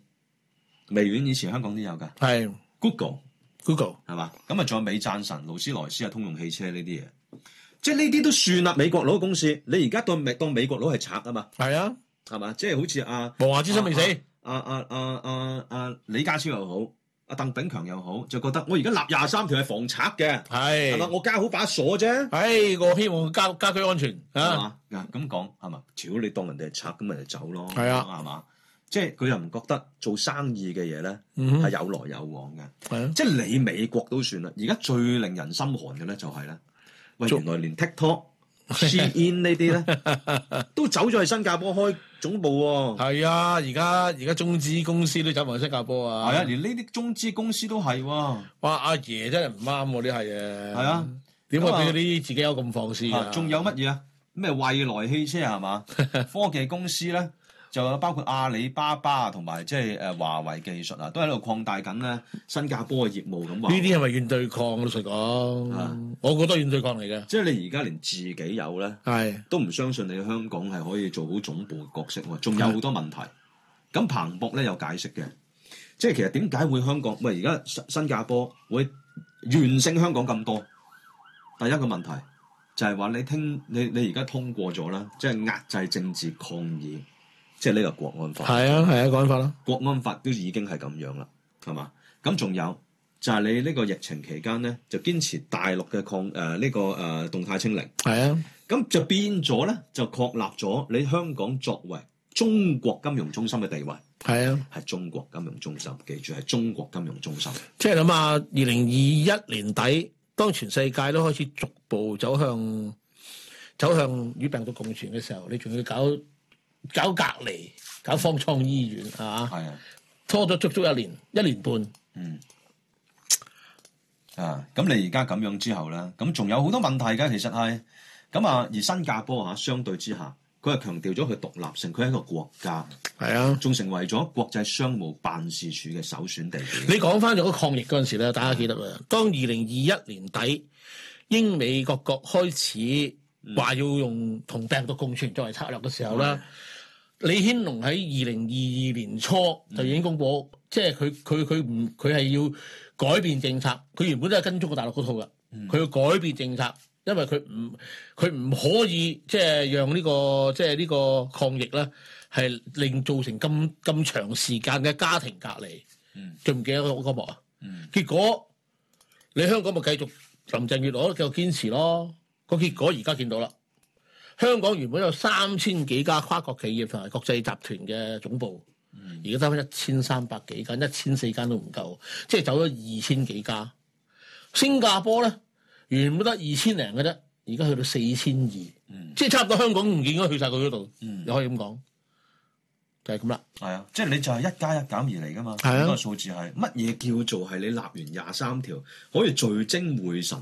[SPEAKER 1] 微軟以前香港都有㗎
[SPEAKER 2] 係
[SPEAKER 1] Google
[SPEAKER 2] Google
[SPEAKER 1] 係嘛？咁啊，仲有美贊臣、勞斯萊斯啊、通用汽車呢啲嘢，即係呢啲都算啦。美國佬嘅公司，你而家當美當美國佬係賊啊嘛，
[SPEAKER 2] 係啊，
[SPEAKER 1] 係嘛？即係好似阿
[SPEAKER 2] 無下之心未死。
[SPEAKER 1] 阿阿阿阿阿李家超又好，阿鄧炳強又好，就覺得我而家立廿三條係防賊嘅，係嘛？
[SPEAKER 2] 係，
[SPEAKER 1] 我加好把鎖啫，
[SPEAKER 2] 唉，我希望家家居安全
[SPEAKER 1] 係
[SPEAKER 2] 啊，
[SPEAKER 1] 嘛？嗱咁講係嘛？如果你當人哋係賊，咁咪就走咯，
[SPEAKER 2] 係啊
[SPEAKER 1] 係嘛？即係佢又唔覺得做生意嘅嘢咧係
[SPEAKER 2] 嗯哼，
[SPEAKER 1] 有來有往嘅。
[SPEAKER 2] 係啊，
[SPEAKER 1] 即係你美國都算啦，而家最令人心寒嘅咧就係、咧，喂
[SPEAKER 2] 做
[SPEAKER 1] 原來連 TikTok、Shein 呢啲咧 都走咗去新加坡開總部喎、
[SPEAKER 2] 係啊，而家而家中資公司都走埋新加坡啊，
[SPEAKER 1] 係啊，，連呢啲中資公司都係啊喎，
[SPEAKER 2] 哇，阿爺真係唔啱喎，呢係
[SPEAKER 1] 係
[SPEAKER 2] 嘢，，
[SPEAKER 1] 啊，
[SPEAKER 2] 點會
[SPEAKER 1] 咁啊
[SPEAKER 2] 俾啲自己有咁放肆
[SPEAKER 1] 啊
[SPEAKER 2] 啊？
[SPEAKER 1] 仲有乜嘢啊？咩蔚來汽車係 嘛？科技公司咧就有包括阿里巴巴啊同埋即係誒華為技術啊，都喺度擴大緊咧新加坡嘅業務咁
[SPEAKER 2] 呢
[SPEAKER 1] 話。
[SPEAKER 2] 啲係咪軟對抗？老實
[SPEAKER 1] 啊
[SPEAKER 2] 講，我覺得軟對抗嚟嘅，
[SPEAKER 1] 即係你而家連自己有咧。
[SPEAKER 2] 係
[SPEAKER 1] 都唔相信你香港係可以做好總部嘅角色喎，仲有好多問題。咁彭博咧有解釋嘅，即係其實點解會香港喂而家新新加坡會完勝香港咁多？第一個問題就係話你聽你你而家通過咗啦，即係壓制政治抗議，即係呢個國安法。
[SPEAKER 2] 係啊，係啊，講法啦，
[SPEAKER 1] 國安法都已經係咁樣啦，係嘛？咁仲有就係你呢個疫情期間咧，就堅持大陸嘅抗誒呢、個誒、呃、動態清零。
[SPEAKER 2] 係啊，
[SPEAKER 1] 咁就變咗咧，就確立咗你香港作為中國金融中心嘅地位，
[SPEAKER 2] 係啊。
[SPEAKER 1] 係中國金融中心，記住係中國金融中心。
[SPEAKER 2] 即係諗下，二零二一年底，當全世界都開始逐步走向走向與病毒共存嘅時候，你仲要搞搞隔離、搞方艙醫院，係嘛？
[SPEAKER 1] 係啊，
[SPEAKER 2] 拖咗足足一年、一年半，
[SPEAKER 1] 嗯，啊，咁你而家咁樣之後咧，咁仲有好多問題㗎，其實係咁啊。而新加坡啊，相對之下，佢係強調咗佢獨立性，佢係一個國家，
[SPEAKER 2] 係啊！
[SPEAKER 1] 仲成為咗國際商務辦事處嘅首選地點。
[SPEAKER 2] 你講翻咗抗疫嗰陣時咧，大家記得啊，當二零二一年底，英美各國開始話要用同病毒共存作為策略嘅時候咧，李顯龍喺二零二二年初就已經公佈，即係佢佢佢唔佢係要改變政策，佢原本都係跟中國大陸嗰套嘅，佢要改變政策，因為佢唔佢唔可以即係讓呢、個即係呢個抗疫咧係令造成咁咁長時間嘅家庭隔離。記唔記得嗰個幕啊？
[SPEAKER 1] 嗯
[SPEAKER 2] 結果你香港咪繼續林鄭月娥繼續堅持咯，個結果而家見到啦。香港原本有三千幾家跨國企業同埋國際集團嘅總部，而家得翻一千三百幾間，一千四間都唔夠，即係走咗二千幾家。新加坡咧原本得二千零嘅啫，而家去到四千二，
[SPEAKER 1] 嗯
[SPEAKER 2] 即係差唔多香港唔見咗去晒佢嗰度，你可以咁講，就係咁啦。
[SPEAKER 1] 係啊，即係你就係一加一減而嚟噶嘛。
[SPEAKER 2] 係啊
[SPEAKER 1] 呢個數字係乜嘢叫做係你立完廿三條可以聚精會神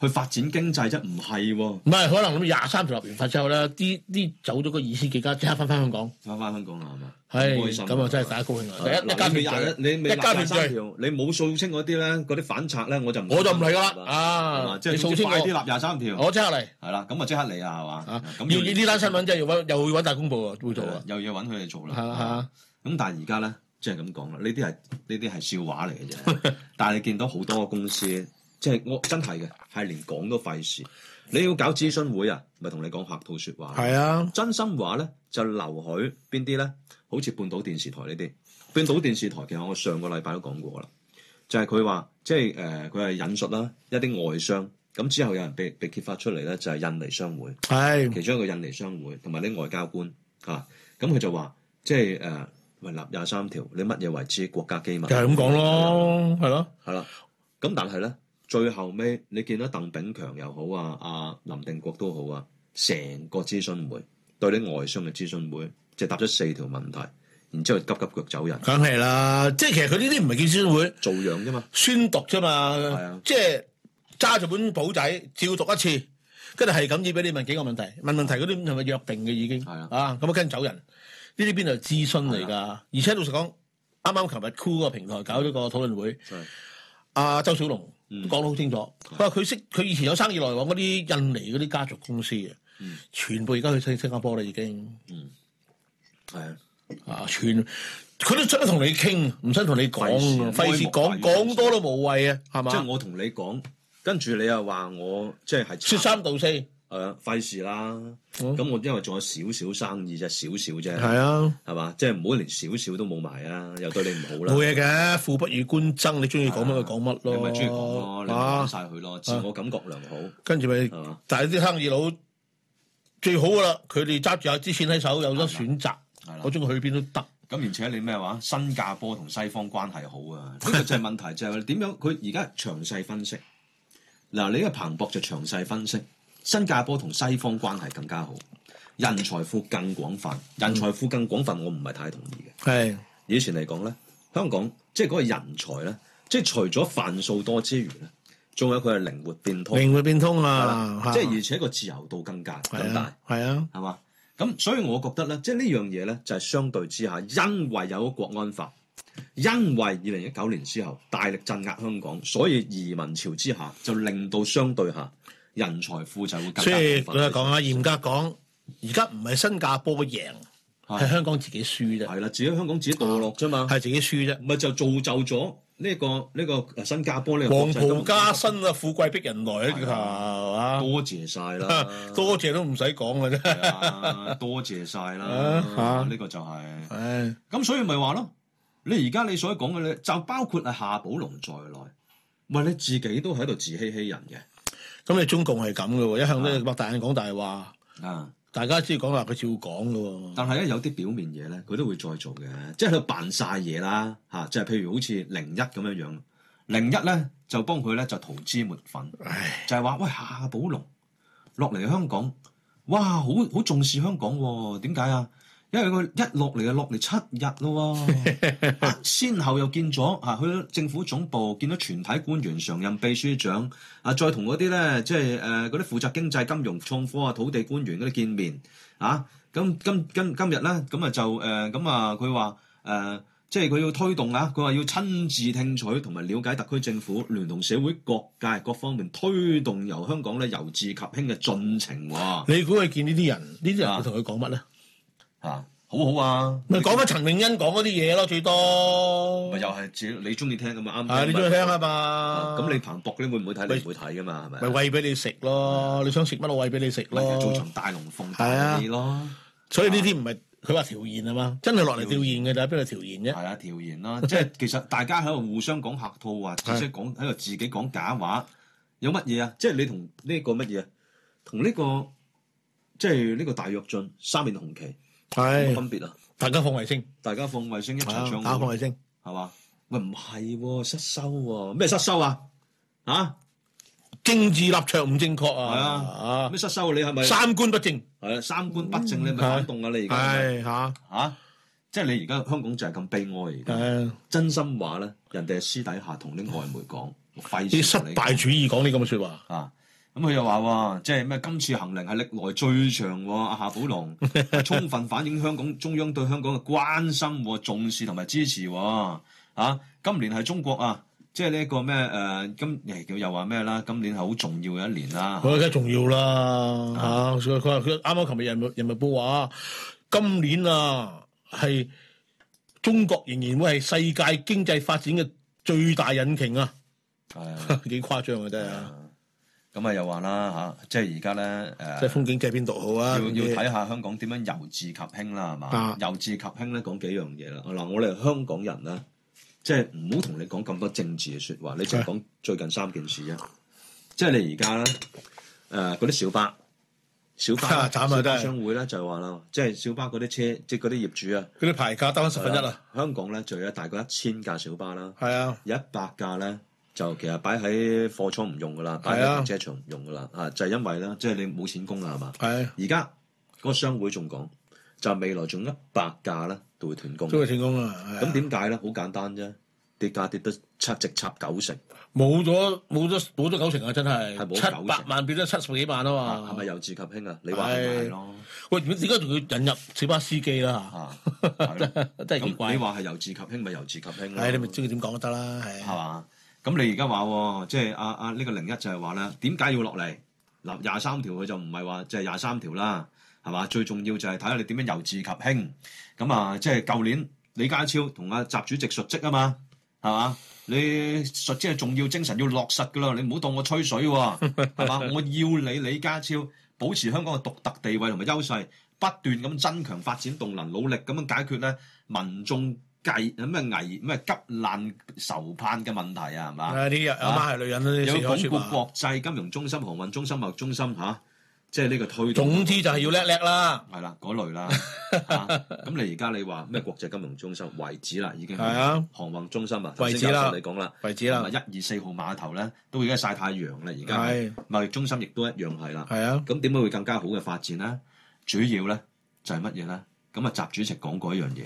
[SPEAKER 1] 去發展經濟啫？唔係喎，
[SPEAKER 2] 唔係，可能咁廿三條立完法之後咧，啲啲走咗個二千幾家，即刻翻翻香港，
[SPEAKER 1] 翻翻香港啦，係嘛？
[SPEAKER 2] 係
[SPEAKER 1] 唔開心啊
[SPEAKER 2] 咁啊，真係大家高興
[SPEAKER 1] 係啊
[SPEAKER 2] 啦！第一一家
[SPEAKER 1] 嗱你
[SPEAKER 2] 團聚，
[SPEAKER 1] 廿你未
[SPEAKER 2] 一家
[SPEAKER 1] 廿
[SPEAKER 2] 團
[SPEAKER 1] 三
[SPEAKER 2] 聚
[SPEAKER 1] 條，你冇數清嗰啲咧，嗰啲反賊咧，我就唔
[SPEAKER 2] 我就唔
[SPEAKER 1] 係
[SPEAKER 2] 嚟噶啦
[SPEAKER 1] 嘛係嘛
[SPEAKER 2] 啊！
[SPEAKER 1] 即係
[SPEAKER 2] 你
[SPEAKER 1] 總
[SPEAKER 2] 數
[SPEAKER 1] 之
[SPEAKER 2] 清
[SPEAKER 1] 快啲
[SPEAKER 2] 我，
[SPEAKER 1] 立廿三條，
[SPEAKER 2] 我即刻嚟
[SPEAKER 1] 係啦，咁啊即刻嚟啦，係嘛
[SPEAKER 2] 啊！？
[SPEAKER 1] 咁
[SPEAKER 2] 要呢單新聞真係要揾，又要揾大公報啊，會做啊，
[SPEAKER 1] 又要揾佢哋做啦。
[SPEAKER 2] 係啊
[SPEAKER 1] 咁但係而家咧，即係咁講啦，呢啲係呢啲係笑話嚟嘅啫。但係你見到好多公司，即係我真係嘅，係連講都費事。你要搞諮詢會啊，咪同你講客套説話。
[SPEAKER 2] 係啊，
[SPEAKER 1] 真心話咧，就留許邊啲咧？好似半島電視台呢啲，半島電視台其實我上個禮拜都講過啦，就係佢話即係誒，佢、係引述啦一啲外商，咁之後有人被被揭發出嚟咧，就係、印尼商會。
[SPEAKER 2] 係
[SPEAKER 1] 其中一個印尼商會同埋啲外交官啊，咁佢就話即係誒，喂立廿三條，你乜嘢為之國家機密？
[SPEAKER 2] 就係咁講，咯，係咯，
[SPEAKER 1] 係啊啦。咁但係咧，最後尾你見到鄧炳強又好啊，阿、林定國都好啊，成個諮詢會對啲外商嘅諮詢會，就答咗四條問題，然之後急急腳走人，
[SPEAKER 2] 梗係啦，即係其實佢呢啲唔係叫專會，
[SPEAKER 1] 做樣啫嘛。
[SPEAKER 2] 宣讀啫
[SPEAKER 1] 啊
[SPEAKER 2] 嘛，即係揸住本簿仔照讀一次，跟住係咁要俾你問幾個問題，問問題嗰啲係咪約定嘅已經？
[SPEAKER 1] 係啊
[SPEAKER 2] 咁啊跟住走人，呢啲邊度係諮詢嚟㗎？而且老實講，啱啱琴日 Cool 個平台搞咗個討論會，
[SPEAKER 1] 係
[SPEAKER 2] 阿、周小龍
[SPEAKER 1] 嗯
[SPEAKER 2] 都講得好清楚，佢話佢識佢以前有生意來往嗰啲印尼嗰啲家族公司嘅，
[SPEAKER 1] 嗯
[SPEAKER 2] 全部而家去新新加坡啦已經，
[SPEAKER 1] 係啊，
[SPEAKER 2] 啊全佢都出得同你傾，唔使同你講
[SPEAKER 1] 費事啊
[SPEAKER 2] 啊，費事
[SPEAKER 1] 哀
[SPEAKER 2] 講
[SPEAKER 1] 莫大於心
[SPEAKER 2] 講多都無謂啊，係
[SPEAKER 1] 即係
[SPEAKER 2] 嘛？
[SPEAKER 1] 我同你講，跟住你又話我即係係
[SPEAKER 2] 説三道四。
[SPEAKER 1] 誒呃費事啦。咁、我因為仲有少少生意啫，少少啫。
[SPEAKER 2] 系啊，
[SPEAKER 1] 係嘛？即係唔好連少少都冇埋啊！又對你唔好
[SPEAKER 2] 冇
[SPEAKER 1] 啦，
[SPEAKER 2] 嘢嘅，父不與官爭，你中意講乜就講乜
[SPEAKER 1] 啊你咪中意講
[SPEAKER 2] 咯
[SPEAKER 1] 咯，，你咪玩
[SPEAKER 2] 啊，
[SPEAKER 1] 晒嗯佢咯，自我感覺良好。
[SPEAKER 2] 跟住咪
[SPEAKER 1] 嘛，
[SPEAKER 2] 但係啲生意佬最好噶啦，佢哋揸住有啲錢喺手，有得選擇
[SPEAKER 1] 係啦，
[SPEAKER 2] 我中意去邊都得，
[SPEAKER 1] 咁而且你咩話？新加坡同西方關係好啊！ 呢個就係問題，就係點樣？佢而家詳細分析。嗱，你嘅彭博就詳細分析，新加坡同西方關係更加好，人才庫更廣泛，人才庫更廣泛，我唔係太同意嘅。
[SPEAKER 2] 係
[SPEAKER 1] 以前嚟講咧，香港即係嗰個人才咧，即係除咗泛數多之餘咧，仲有佢係靈活變通。
[SPEAKER 2] 明會變通
[SPEAKER 1] 係
[SPEAKER 2] 啊
[SPEAKER 1] 啦，，即係而且個自由度更加更
[SPEAKER 2] 係
[SPEAKER 1] 大
[SPEAKER 2] 啊，，係啊，
[SPEAKER 1] 係嘛？咁所以我覺得咧，即係呢樣嘢咧，就係相對之下，因為有咗國安法，因為二零一九年之後大力鎮壓香港，所以移民潮之下就令到相對下人才庫就會更加
[SPEAKER 2] 所以
[SPEAKER 1] 廣
[SPEAKER 2] 老實
[SPEAKER 1] 泛
[SPEAKER 2] 講啊，嚴格講，而家唔係新加坡贏，係香港自己輸啫，
[SPEAKER 1] 係啦，自己香港自己墮落啫嘛，
[SPEAKER 2] 係自己輸啫。
[SPEAKER 1] 咪就造就咗呢個呢個呃新加坡呢個國
[SPEAKER 2] 黃
[SPEAKER 1] 際金融
[SPEAKER 2] 袍加身啊，富貴逼人來啊，叫頭啊，
[SPEAKER 1] 多謝晒啦，
[SPEAKER 2] 多謝都唔使講嘅啫，
[SPEAKER 1] 係啊多謝晒啦，
[SPEAKER 2] 啊
[SPEAKER 1] 呢個就係。
[SPEAKER 2] 唉。
[SPEAKER 1] 咁所以咪話咯，你而家你所講嘅咧，就包括係夏寶龍在內，喂，你自己都喺度自欺欺人嘅，
[SPEAKER 2] 咁你中共係咁嘅喎，一向都擘大眼講大話，
[SPEAKER 1] 啊！
[SPEAKER 2] 大家知講話佢照講嘅喎。
[SPEAKER 1] 但係咧有啲表面嘢咧，佢都會再做嘅，即係喺度扮晒嘢啦，嚇、即係譬如好似零一咁樣樣，零一咧就幫佢咧就塗脂抹粉，
[SPEAKER 2] 唉，
[SPEAKER 1] 就係話喂夏寶龍落嚟香港，哇，好好重視香港喎、點解啊？因為佢一落嚟就落嚟七日咯喎、啊先後又見咗啊，去咗政府總部，見到全體官員、常任秘書長啊，再同嗰啲咧，即係誒呃嗰啲負責經濟、金融、創科啊、土地官員嗰啲見面啊。咁今今今日咧，咁啊就誒咁啊，佢話誒，即係佢要推動啊，佢話要親自聽取同埋了解特區政府聯同社會各界各方面推動由香港咧由治及興嘅進程喎、
[SPEAKER 2] 你估佢見呢啲人，呢啲人
[SPEAKER 1] 啊
[SPEAKER 2] 會同佢講乜咧？
[SPEAKER 1] 啊，好好啊，
[SPEAKER 2] 咪講乜陳永欣講嗰啲嘢咯，最多啊
[SPEAKER 1] 咪。又係自己你中意聽咁啊啱
[SPEAKER 2] 係你中意聽啊嘛？
[SPEAKER 1] 咁你彭博你會唔會睇？你唔會睇噶嘛，係咪？
[SPEAKER 2] 咪喂俾你食咯，你想食乜我喂俾你食
[SPEAKER 1] 啊咪就做
[SPEAKER 2] 咯。啊
[SPEAKER 1] 場大龍鳳大戲咯，
[SPEAKER 2] 所以呢啲唔係佢話調研啊嘛，真係落嚟調研嘅，就喺邊度調研啫？
[SPEAKER 1] 係啊，調研啦， 即係其實大家喺度互相講客套啊，即係講喺度自己講假話，有乜嘢啊？即係你同呢個乜嘢啊？同呢個即係呢個大躍進三面紅旗有乜
[SPEAKER 2] 係
[SPEAKER 1] 分別啊？
[SPEAKER 2] 大家放衛星，
[SPEAKER 1] 大家放衛星一齊
[SPEAKER 2] 啊
[SPEAKER 1] 唱
[SPEAKER 2] 打放
[SPEAKER 1] 好，
[SPEAKER 2] 衛星，
[SPEAKER 1] 係嘛？喂，唔係喎，失收喎，咩失收啊？啊，
[SPEAKER 2] 政治立場唔正確
[SPEAKER 1] 係啊，
[SPEAKER 2] 啊，
[SPEAKER 1] 咩失收啊？你係咪
[SPEAKER 2] 啊三觀不正，
[SPEAKER 1] 係啊？三觀不正，你咪反動啊！你而家係咪
[SPEAKER 2] 嗯
[SPEAKER 1] 啊
[SPEAKER 2] 係嚇，
[SPEAKER 1] 嚇，即係你而家香港就係咁悲哀而家。
[SPEAKER 2] 係
[SPEAKER 1] 真心話咧，人哋係私底下同啲外媒講，我費
[SPEAKER 2] 啲
[SPEAKER 1] 事
[SPEAKER 2] 失
[SPEAKER 1] 同你
[SPEAKER 2] 敗主義講呢咁嘅説話，
[SPEAKER 1] 啊！咁佢又話喎，即係咩？今次行令係歷來最長喎，阿夏寶 龍係充分反映香港中央對香港嘅關心喎、重視同埋支持喎。啊，今年係中國啊，即係呢一個咩誒、呃今誒佢又話咩啦？今年係好重要嘅一年 啦。
[SPEAKER 2] 佢梗係重要
[SPEAKER 1] 啊
[SPEAKER 2] 啦嚇，所以佢話佢啱啱琴日人民人民報話，今年啊係中國仍然會係世界經濟發展嘅最大引擎啊，
[SPEAKER 1] 係
[SPEAKER 2] 幾誇張啊真係。
[SPEAKER 1] 咁啊，又話啦嚇，即係而家咧誒。
[SPEAKER 2] 即係風景即係邊度好啊？
[SPEAKER 1] 啊要要
[SPEAKER 2] 咁
[SPEAKER 1] 睇下香港點樣由治及興啦，係嘛
[SPEAKER 2] 啊？
[SPEAKER 1] 由治及興咧講幾樣嘢啦。嗱，我哋係香港人咧，即係唔好同你講咁多政治嘅説話，你淨係講最近三件事啫。即係你而家咧，誒嗰啲小巴、小巴、小
[SPEAKER 2] 啊 慘啊真
[SPEAKER 1] 巴
[SPEAKER 2] 係
[SPEAKER 1] 商會咧就係話啦，即係小巴嗰啲車，即係嗰啲業主啊，
[SPEAKER 2] 啲牌價得翻十分一啊啦，
[SPEAKER 1] 香港咧就有大概一千架小巴啦，
[SPEAKER 2] 係啊，
[SPEAKER 1] 有一百架咧。就其實擺喺貨倉唔用噶啦，擺
[SPEAKER 2] 係啊
[SPEAKER 1] 喺停車場唔用噶啦，啊就係、因為咧，即係你冇錢供啦，係嘛？
[SPEAKER 2] 係啊
[SPEAKER 1] 而家嗰個商會仲講，就係未來仲一百架咧都會斷供。
[SPEAKER 2] 都係
[SPEAKER 1] 咁
[SPEAKER 2] 成功啦。係啊
[SPEAKER 1] 點解咧？好簡單啫，跌價跌得七直插九成，
[SPEAKER 2] 冇咗冇咗冇咗九成啊！真
[SPEAKER 1] 係冇
[SPEAKER 2] 係
[SPEAKER 1] 咗九成
[SPEAKER 2] 七百萬變咗七十幾萬啊嘛。
[SPEAKER 1] 係咪由治及興啊？你話係咪係咯？
[SPEAKER 2] 喂，點解仲要引入小巴司機啦？
[SPEAKER 1] 啊，係咯
[SPEAKER 2] 真係奇
[SPEAKER 1] 咁
[SPEAKER 2] 怪
[SPEAKER 1] 你。話係由治及興咪由治及興咯？
[SPEAKER 2] 唉，你咪中意點講都得啦。
[SPEAKER 1] 係
[SPEAKER 2] 係
[SPEAKER 1] 嘛？咁你而家話喎，即係阿阿呢個零一就係話咧，點解要落嚟？嗱，廿三條佢就唔係話即係廿三條啦，係嘛？最重要就係睇下你點樣由治及興。咁啊，即係舊年李家超同阿習主席述職啊嘛，係嘛？你述職係重要精神要落實噶啦，你唔好當我吹水喎， 係嘛？我要你李家超保持香港嘅獨特地位同埋優勢，不斷咁增強發展動能，努力咁樣解決咧民眾計咩危咩急難愁盼嘅問題啊，係嘛？
[SPEAKER 2] 啊，啲阿媽係女人
[SPEAKER 1] 有
[SPEAKER 2] 咧，四海
[SPEAKER 1] 鞏
[SPEAKER 2] 説
[SPEAKER 1] 固
[SPEAKER 2] 話。
[SPEAKER 1] 國際金融中心、航運中心、貿易中心嚇、即係呢個推動
[SPEAKER 2] 總之就係要叻叻啦。
[SPEAKER 1] 係啦，嗰 類啦。嚇咁你而家你話咩國際金融中心為止啦，已經
[SPEAKER 2] 係啊，
[SPEAKER 1] 航運中心啊，頭
[SPEAKER 2] 為
[SPEAKER 1] 先
[SPEAKER 2] 止啦
[SPEAKER 1] 教授你講啦，
[SPEAKER 2] 為止
[SPEAKER 1] 咁
[SPEAKER 2] 啦。
[SPEAKER 1] 啊一二四號碼頭咧都已經晒太陽啦，而家
[SPEAKER 2] 係啊
[SPEAKER 1] 貿易中心亦都一樣係啦。
[SPEAKER 2] 係啊，
[SPEAKER 1] 咁點解會更加好嘅發展咧？主要咧就係乜嘢咧？咁啊，習主席講過一樣嘢，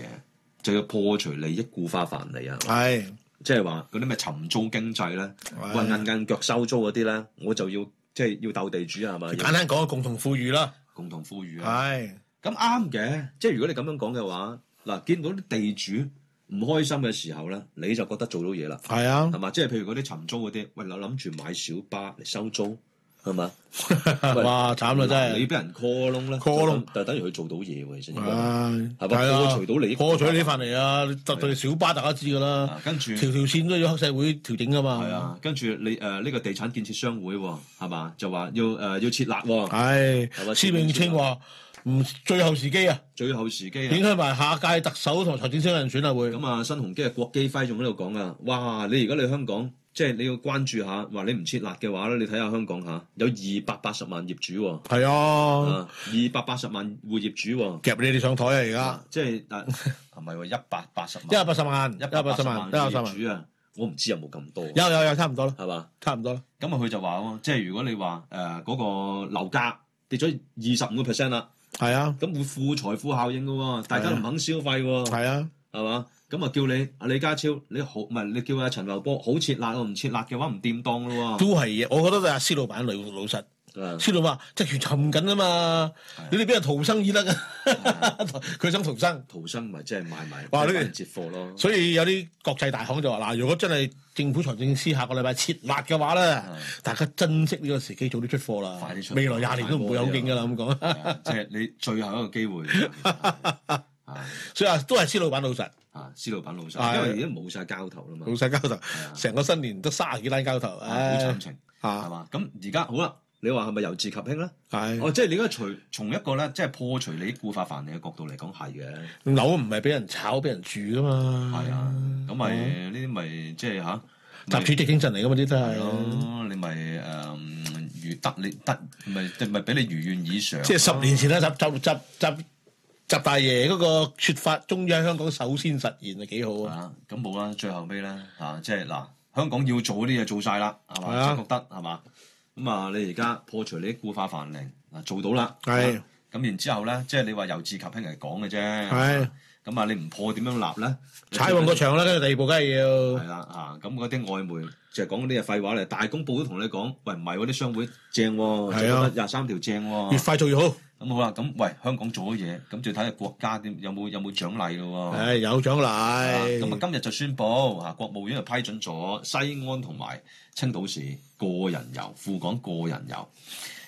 [SPEAKER 1] 就要破除利益固化藩籬啊，
[SPEAKER 2] 係
[SPEAKER 1] 即係話嗰啲咩尋租經濟咧，話
[SPEAKER 2] 係啊
[SPEAKER 1] 硬硬腳收租嗰啲咧，我就要即係要鬥地主啊係咪？
[SPEAKER 2] 簡
[SPEAKER 1] 要
[SPEAKER 2] 單講，共同富裕啦。
[SPEAKER 1] 共同富裕啊！
[SPEAKER 2] 係
[SPEAKER 1] 咁啱嘅，即係如果你咁樣講嘅話，嗱，見到啲地主唔開心嘅時候咧，你就覺得做到嘢啦，
[SPEAKER 2] 係啊
[SPEAKER 1] 係，嘛？即係譬如嗰啲尋租嗰啲，喂，我諗住買小巴嚟收租，係嘛？喂
[SPEAKER 2] 啊哇慘啦真
[SPEAKER 1] 嗱你
[SPEAKER 2] 係。
[SPEAKER 1] 俾人 call 窿咧
[SPEAKER 2] call 窿啊
[SPEAKER 1] 就等就等於佢做到嘢喎，其實應該
[SPEAKER 2] 係啊
[SPEAKER 1] 係咪破除到利益
[SPEAKER 2] 破除呢份嚟啊！特對小巴大家知㗎啦。
[SPEAKER 1] 啊跟住
[SPEAKER 2] 條條線都要黑社會調整噶嘛。
[SPEAKER 1] 係，啊，跟住你誒呢、個地產建設商會喎，係嘛？就話要誒、呃要設立喎，
[SPEAKER 2] 啊唉
[SPEAKER 1] 係咪，
[SPEAKER 2] 施永清話唔最後時機啊，
[SPEAKER 1] 最後時機啊
[SPEAKER 2] 影！響埋下屆特首同財政司人選啊會。
[SPEAKER 1] 咁啊，新鴻基嘅郭基輝仲喺度講啊，哇！你而家你香港，即係你要關注下，話你唔設立嘅話咧，你睇下香港嚇有二百八十萬業主喎，
[SPEAKER 2] 係啊，
[SPEAKER 1] 啊，二百八十萬戶業主喎，
[SPEAKER 2] 夾你哋上台啊而家，
[SPEAKER 1] 啊，即 係但唔係喎，一百八十
[SPEAKER 2] 一百
[SPEAKER 1] 萬，
[SPEAKER 2] 八十萬，一
[SPEAKER 1] 一
[SPEAKER 2] 百
[SPEAKER 1] 百
[SPEAKER 2] 八
[SPEAKER 1] 八
[SPEAKER 2] 十
[SPEAKER 1] 十
[SPEAKER 2] 萬，
[SPEAKER 1] 萬
[SPEAKER 2] 一百八十
[SPEAKER 1] 戶
[SPEAKER 2] 萬，
[SPEAKER 1] 業主啊，我唔知有冇咁多，
[SPEAKER 2] 有有有差唔多啦，
[SPEAKER 1] 係嘛？
[SPEAKER 2] 差唔多啦。
[SPEAKER 1] 咁啊，佢就話喎，即係如果你話誒嗰個樓價跌咗二十五個 percent 啦，
[SPEAKER 2] 係啊，
[SPEAKER 1] 咁會負財富效應嘅喎，大家唔肯消費喎，
[SPEAKER 2] 係啊，
[SPEAKER 1] 係嘛？咁啊，叫你阿李家超，你好唔係你叫阿陳茂波好切辣喎，唔切辣嘅話唔掂當咯
[SPEAKER 2] 都係嘢。我覺得就係施老闆老老實，
[SPEAKER 1] 喎。 啊
[SPEAKER 2] 施老闆即係沉緊啊嘛，你哋俾人逃生以得啊， 佢想逃生。
[SPEAKER 1] 逃生咪即係賣埋，
[SPEAKER 2] 哇
[SPEAKER 1] 即係幫
[SPEAKER 2] 呢個
[SPEAKER 1] 人接貨 咯。
[SPEAKER 2] 所以有啲國際大行就話嗱，如果真係政府財政司下個禮拜撤辣嘅話咧，大家珍惜呢個時機，啊早啲出貨啦。
[SPEAKER 1] 快啲出貨
[SPEAKER 2] 未來廿年都唔會有勁噶啦，咁講。
[SPEAKER 1] 係啊即係你最後一個機 會啊
[SPEAKER 2] 所以啊，都係施老闆老實，
[SPEAKER 1] 啊！施老闆老
[SPEAKER 2] 係
[SPEAKER 1] 細，因為而家冇晒交投啦嘛
[SPEAKER 2] 老，實交頭，成個新年都卅幾單交頭，
[SPEAKER 1] 啊好
[SPEAKER 2] 唉啊
[SPEAKER 1] 慘，情係
[SPEAKER 2] 嚇
[SPEAKER 1] 嘛？咁而家好啦，你話係咪由治及興咧？
[SPEAKER 2] 係
[SPEAKER 1] 哦，即係你而家除從一個咧，即係破除利益固化藩籬嘅角度嚟講係嘅，
[SPEAKER 2] 樓唔係俾人炒，俾人住噶嘛。哦
[SPEAKER 1] 係啊，
[SPEAKER 2] 嗯
[SPEAKER 1] 咁咪呢啲咪即係吓，
[SPEAKER 2] 習主席精神嚟噶嘛，啲都
[SPEAKER 1] 係
[SPEAKER 2] 係。
[SPEAKER 1] 咯，你咪誒如得你得，咪咪俾你如願以償。
[SPEAKER 2] 即係十年前啦，啊習習習習習大爺嗰個説法，終於喺香港首先實現啊，幾好啊！
[SPEAKER 1] 啊，咁冇啦，最後尾啦，啊，即係嗱，香港要做嗰啲嘢做晒啦，係嘛？
[SPEAKER 2] 係啊
[SPEAKER 1] 即係覺得係嘛？咁啊，你而家破除你啲固化繁寧，啊，做到啦。
[SPEAKER 2] 係
[SPEAKER 1] 啊咁然之後咧，即係你話由治及興嚟講嘅啫。
[SPEAKER 2] 係
[SPEAKER 1] 咁啊，你唔破點樣立咧？
[SPEAKER 2] 踩旺個場啦，跟住第二步梗係要
[SPEAKER 1] 係啦，啊，咁嗰啲外媒就係講嗰啲嘢廢話嚟，大公報都同你講，喂唔係喎，啲商會正喎，就
[SPEAKER 2] 係啊
[SPEAKER 1] 覺得廿三條正
[SPEAKER 2] 越
[SPEAKER 1] 喎。
[SPEAKER 2] 快做越好。
[SPEAKER 1] 咁好啦，咁喂香港做咗嘢，咁就睇下國家點有冇有冇獎勵咯喎。
[SPEAKER 2] 唉，有獎
[SPEAKER 1] 哦啊咁啊
[SPEAKER 2] 勵，
[SPEAKER 1] 今日就宣布嚇，國務院就批准咗西安同埋青島市個人遊、赴港個人遊。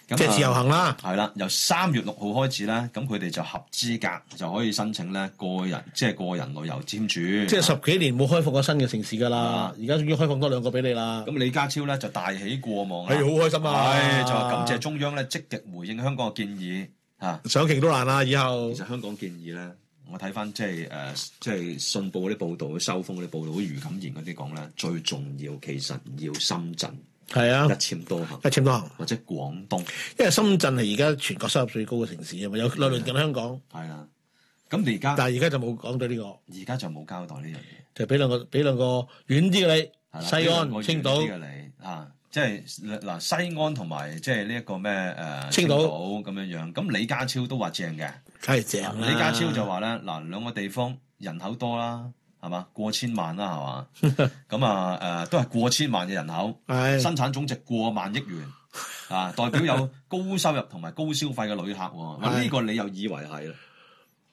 [SPEAKER 1] 咁
[SPEAKER 2] 即係自由
[SPEAKER 1] 啊
[SPEAKER 2] 行啦。
[SPEAKER 1] 係啦，由三月六號開始咧，咁佢哋就合資格就可以申請咧個人，即係個人旅遊簽注。
[SPEAKER 2] 即係十幾年冇開放過新嘅城市㗎啦
[SPEAKER 1] 啊，
[SPEAKER 2] 而家終於開放多兩個俾你啦。
[SPEAKER 1] 咁李家超咧就大喜過望啦
[SPEAKER 2] 係好開心啊！
[SPEAKER 1] 係就話感謝中央咧積極回應香港嘅建議嚇、啊
[SPEAKER 2] 上勁都難啦，以後
[SPEAKER 1] 其實香港建議咧，我睇翻即係誒即係信報嗰啲報導、收風嗰啲報導，余錦賢嗰啲講咧，最重要其實要深圳
[SPEAKER 2] 係啊
[SPEAKER 1] 一，簽多行
[SPEAKER 2] 一簽多行，
[SPEAKER 1] 或者廣東
[SPEAKER 2] 因為深圳係而家全國收入最高嘅城市啊嘛，有鄰近香港，
[SPEAKER 1] 係啦。咁你而家
[SPEAKER 2] 但係而家就冇講到呢個，
[SPEAKER 1] 而家就冇交代呢樣嘢，
[SPEAKER 2] 就俾兩個俾兩個遠啲嘅
[SPEAKER 1] 係
[SPEAKER 2] 你，
[SPEAKER 1] 啦
[SPEAKER 2] 西安、青
[SPEAKER 1] 呢個
[SPEAKER 2] 島，
[SPEAKER 1] 你啊。即係嗱，西安同埋即係呢一個咩誒、呃
[SPEAKER 2] 青島啊
[SPEAKER 1] 咁樣樣，咁李家超都話正嘅，
[SPEAKER 2] 梗係正啦。
[SPEAKER 1] 李家超就話咧，嗱兩個地方人口多啦，係嘛過千萬啦，係 嘛咁啊誒、呃都係過千萬嘅人口，
[SPEAKER 2] 係
[SPEAKER 1] 生產總值過萬億元啊，代表有高收入同埋高消費嘅旅客喎。嗱
[SPEAKER 2] 係
[SPEAKER 1] 呢個你又以為係啦？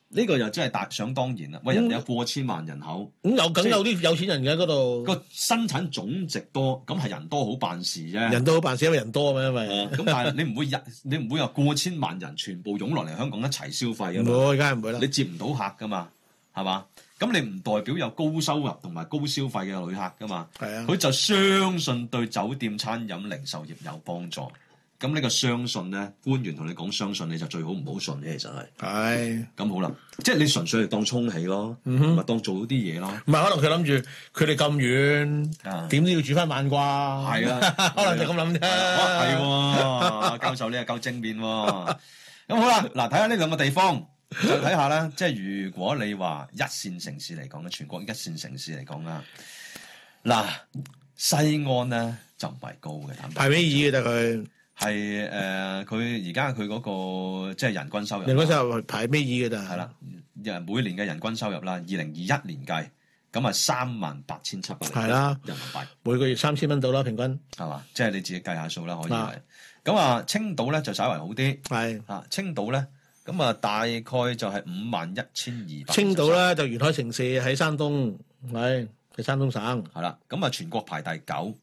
[SPEAKER 1] 呢個又真係大想當然啦！喂，人哋有過千萬人口，
[SPEAKER 2] 咁有梗有啲有錢人嘅嗰度，
[SPEAKER 1] 個生產總值多，咁係人多好辦事啫。
[SPEAKER 2] 人都好辦事，因為人多啊嘛，因
[SPEAKER 1] 啊
[SPEAKER 2] 為
[SPEAKER 1] 咁但係你唔會人， 你唔會話過千萬人全部湧落嚟香港一齊消費㗎
[SPEAKER 2] 唔
[SPEAKER 1] 嘛？
[SPEAKER 2] 會，梗係唔會啦
[SPEAKER 1] 你。接唔到客噶嘛，係嘛？咁你唔代表有高收入同埋高消費嘅旅客噶嘛？
[SPEAKER 2] 係啊，
[SPEAKER 1] 佢就相信對酒店、餐飲、零售業有幫助。咁呢個相信咧，官員同你講相信，你就最好唔好信嘅，其實係。
[SPEAKER 2] 係。
[SPEAKER 1] 咁好啦，即係你純粹係當沖起咯，
[SPEAKER 2] 嗯
[SPEAKER 1] 咪、當做啲嘢咯。
[SPEAKER 2] 唔係，可能佢諗住佢哋咁
[SPEAKER 1] 啊
[SPEAKER 2] 遠，點都要煮翻晚啩？係
[SPEAKER 1] 係啊
[SPEAKER 2] 可能就咁諗啫。
[SPEAKER 1] 哦係喎，教授你又夠正面 喎。咁好啦，嗱，睇下呢兩個地方，就睇下啦。 即係如果你話一線城市嚟講咧，全國一線城市嚟講啦，嗱，西安咧就唔係高嘅，坦白
[SPEAKER 2] 排尾二嘅就佢，
[SPEAKER 1] 係誒，佢而家佢嗰個即係人均收入啦，
[SPEAKER 2] 人嗰時候排尾二嘅咋。
[SPEAKER 1] 係啦，人每年嘅人均收入啦，二零二一年計，咁啊三萬八千七百
[SPEAKER 2] 係啦
[SPEAKER 1] 人民幣。
[SPEAKER 2] 每個月三千蚊到啦，平均
[SPEAKER 1] 係嘛？即係你自己計下數啦，可以
[SPEAKER 2] 啊
[SPEAKER 1] 係。咁啊，青島咧就稍為好啲
[SPEAKER 2] 係
[SPEAKER 1] 啊。青島咧，咁啊大概就係五萬一千二百。
[SPEAKER 2] 青啊島，啦，就沿海城市喺山東，係喺山東省，
[SPEAKER 1] 係啦。咁啊，全國排第九，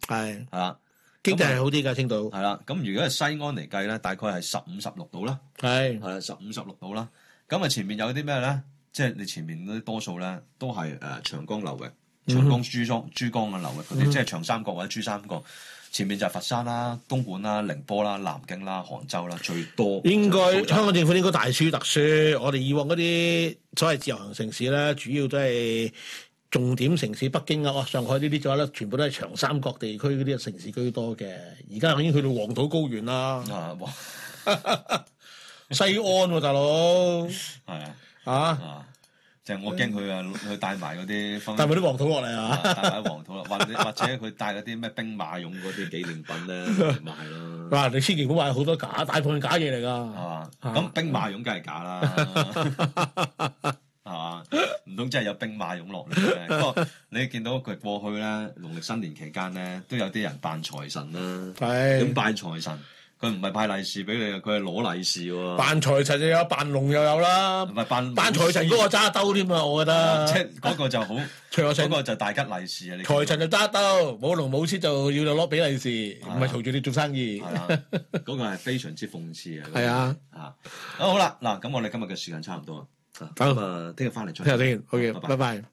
[SPEAKER 1] 係
[SPEAKER 2] 係
[SPEAKER 1] 啊啦，
[SPEAKER 2] 經濟係好啲㗎，青島
[SPEAKER 1] 係啦。咁如果係西安嚟計咧，大概係十五十六度啦，
[SPEAKER 2] 係
[SPEAKER 1] 係啦，十五十六度啦。咁啊，前面有啲咩咧？即係你前面嗰啲多數咧，都係誒、呃、長江流
[SPEAKER 2] 嗯
[SPEAKER 1] 域、長江珠江、珠江嘅流域嗰啲，即係長三角或者珠三角。前面就係佛山啦、東莞啦、寧波啦、南京啦、杭州啦，最多。
[SPEAKER 2] 應該
[SPEAKER 1] 最多
[SPEAKER 2] 香港政府應該大書特書。我哋以往嗰啲所謂自由行城市咧，主要都係重點城市，北京啊、哦上海呢啲嘅話咧，全部都係長三角地區嗰啲城市居多嘅。而家已經去到黃土高 原啦，
[SPEAKER 1] 啊，哇！
[SPEAKER 2] 西安喎、大佬
[SPEAKER 1] 係啊，
[SPEAKER 2] 啊，
[SPEAKER 1] 啊，就係我驚佢啊，佢帶埋嗰啲分，
[SPEAKER 2] 嗯帶埋啲黃土落嚟
[SPEAKER 1] 啊
[SPEAKER 2] 啊！
[SPEAKER 1] 帶埋黃土啦，或 者或者佢帶嗰啲咩兵馬俑嗰啲紀念品咧賣咯，
[SPEAKER 2] 哇！你千祈唔好買好多假，大部分假嘢嚟
[SPEAKER 1] 係
[SPEAKER 2] 㗎。
[SPEAKER 1] 嘛？咁兵馬俑梗係假啦， 係嘛？唔通真係有兵馬俑落嚟咧？不過你見到佢過去咧，農曆新年期間咧，都有啲人扮財神啦，點
[SPEAKER 2] 係
[SPEAKER 1] 拜財神？佢唔係派利是俾你，佢係攞利是喎，
[SPEAKER 2] 扮財神又有，扮龍又有啦
[SPEAKER 1] 唔，係扮
[SPEAKER 2] 扮財神嗰個揸兜添啊！我覺得
[SPEAKER 1] 嗯即係嗰個就好，
[SPEAKER 2] 財
[SPEAKER 1] 嗰
[SPEAKER 2] 神
[SPEAKER 1] 個就大吉利是啊！你見到
[SPEAKER 2] 財神就揸兜，冇龍冇錢就要攞比利是，唔係嘈住你做生意
[SPEAKER 1] 係。啊啦，嗰個係非常之諷刺啊！
[SPEAKER 2] 係啊，
[SPEAKER 1] 啊，好好啦，嗱，咁我哋今日嘅時間差唔多啦，啊咁啊，聽日翻嚟再
[SPEAKER 2] 聽日先，
[SPEAKER 1] 拜
[SPEAKER 2] 好嘅，
[SPEAKER 1] 拜
[SPEAKER 2] 拜拜。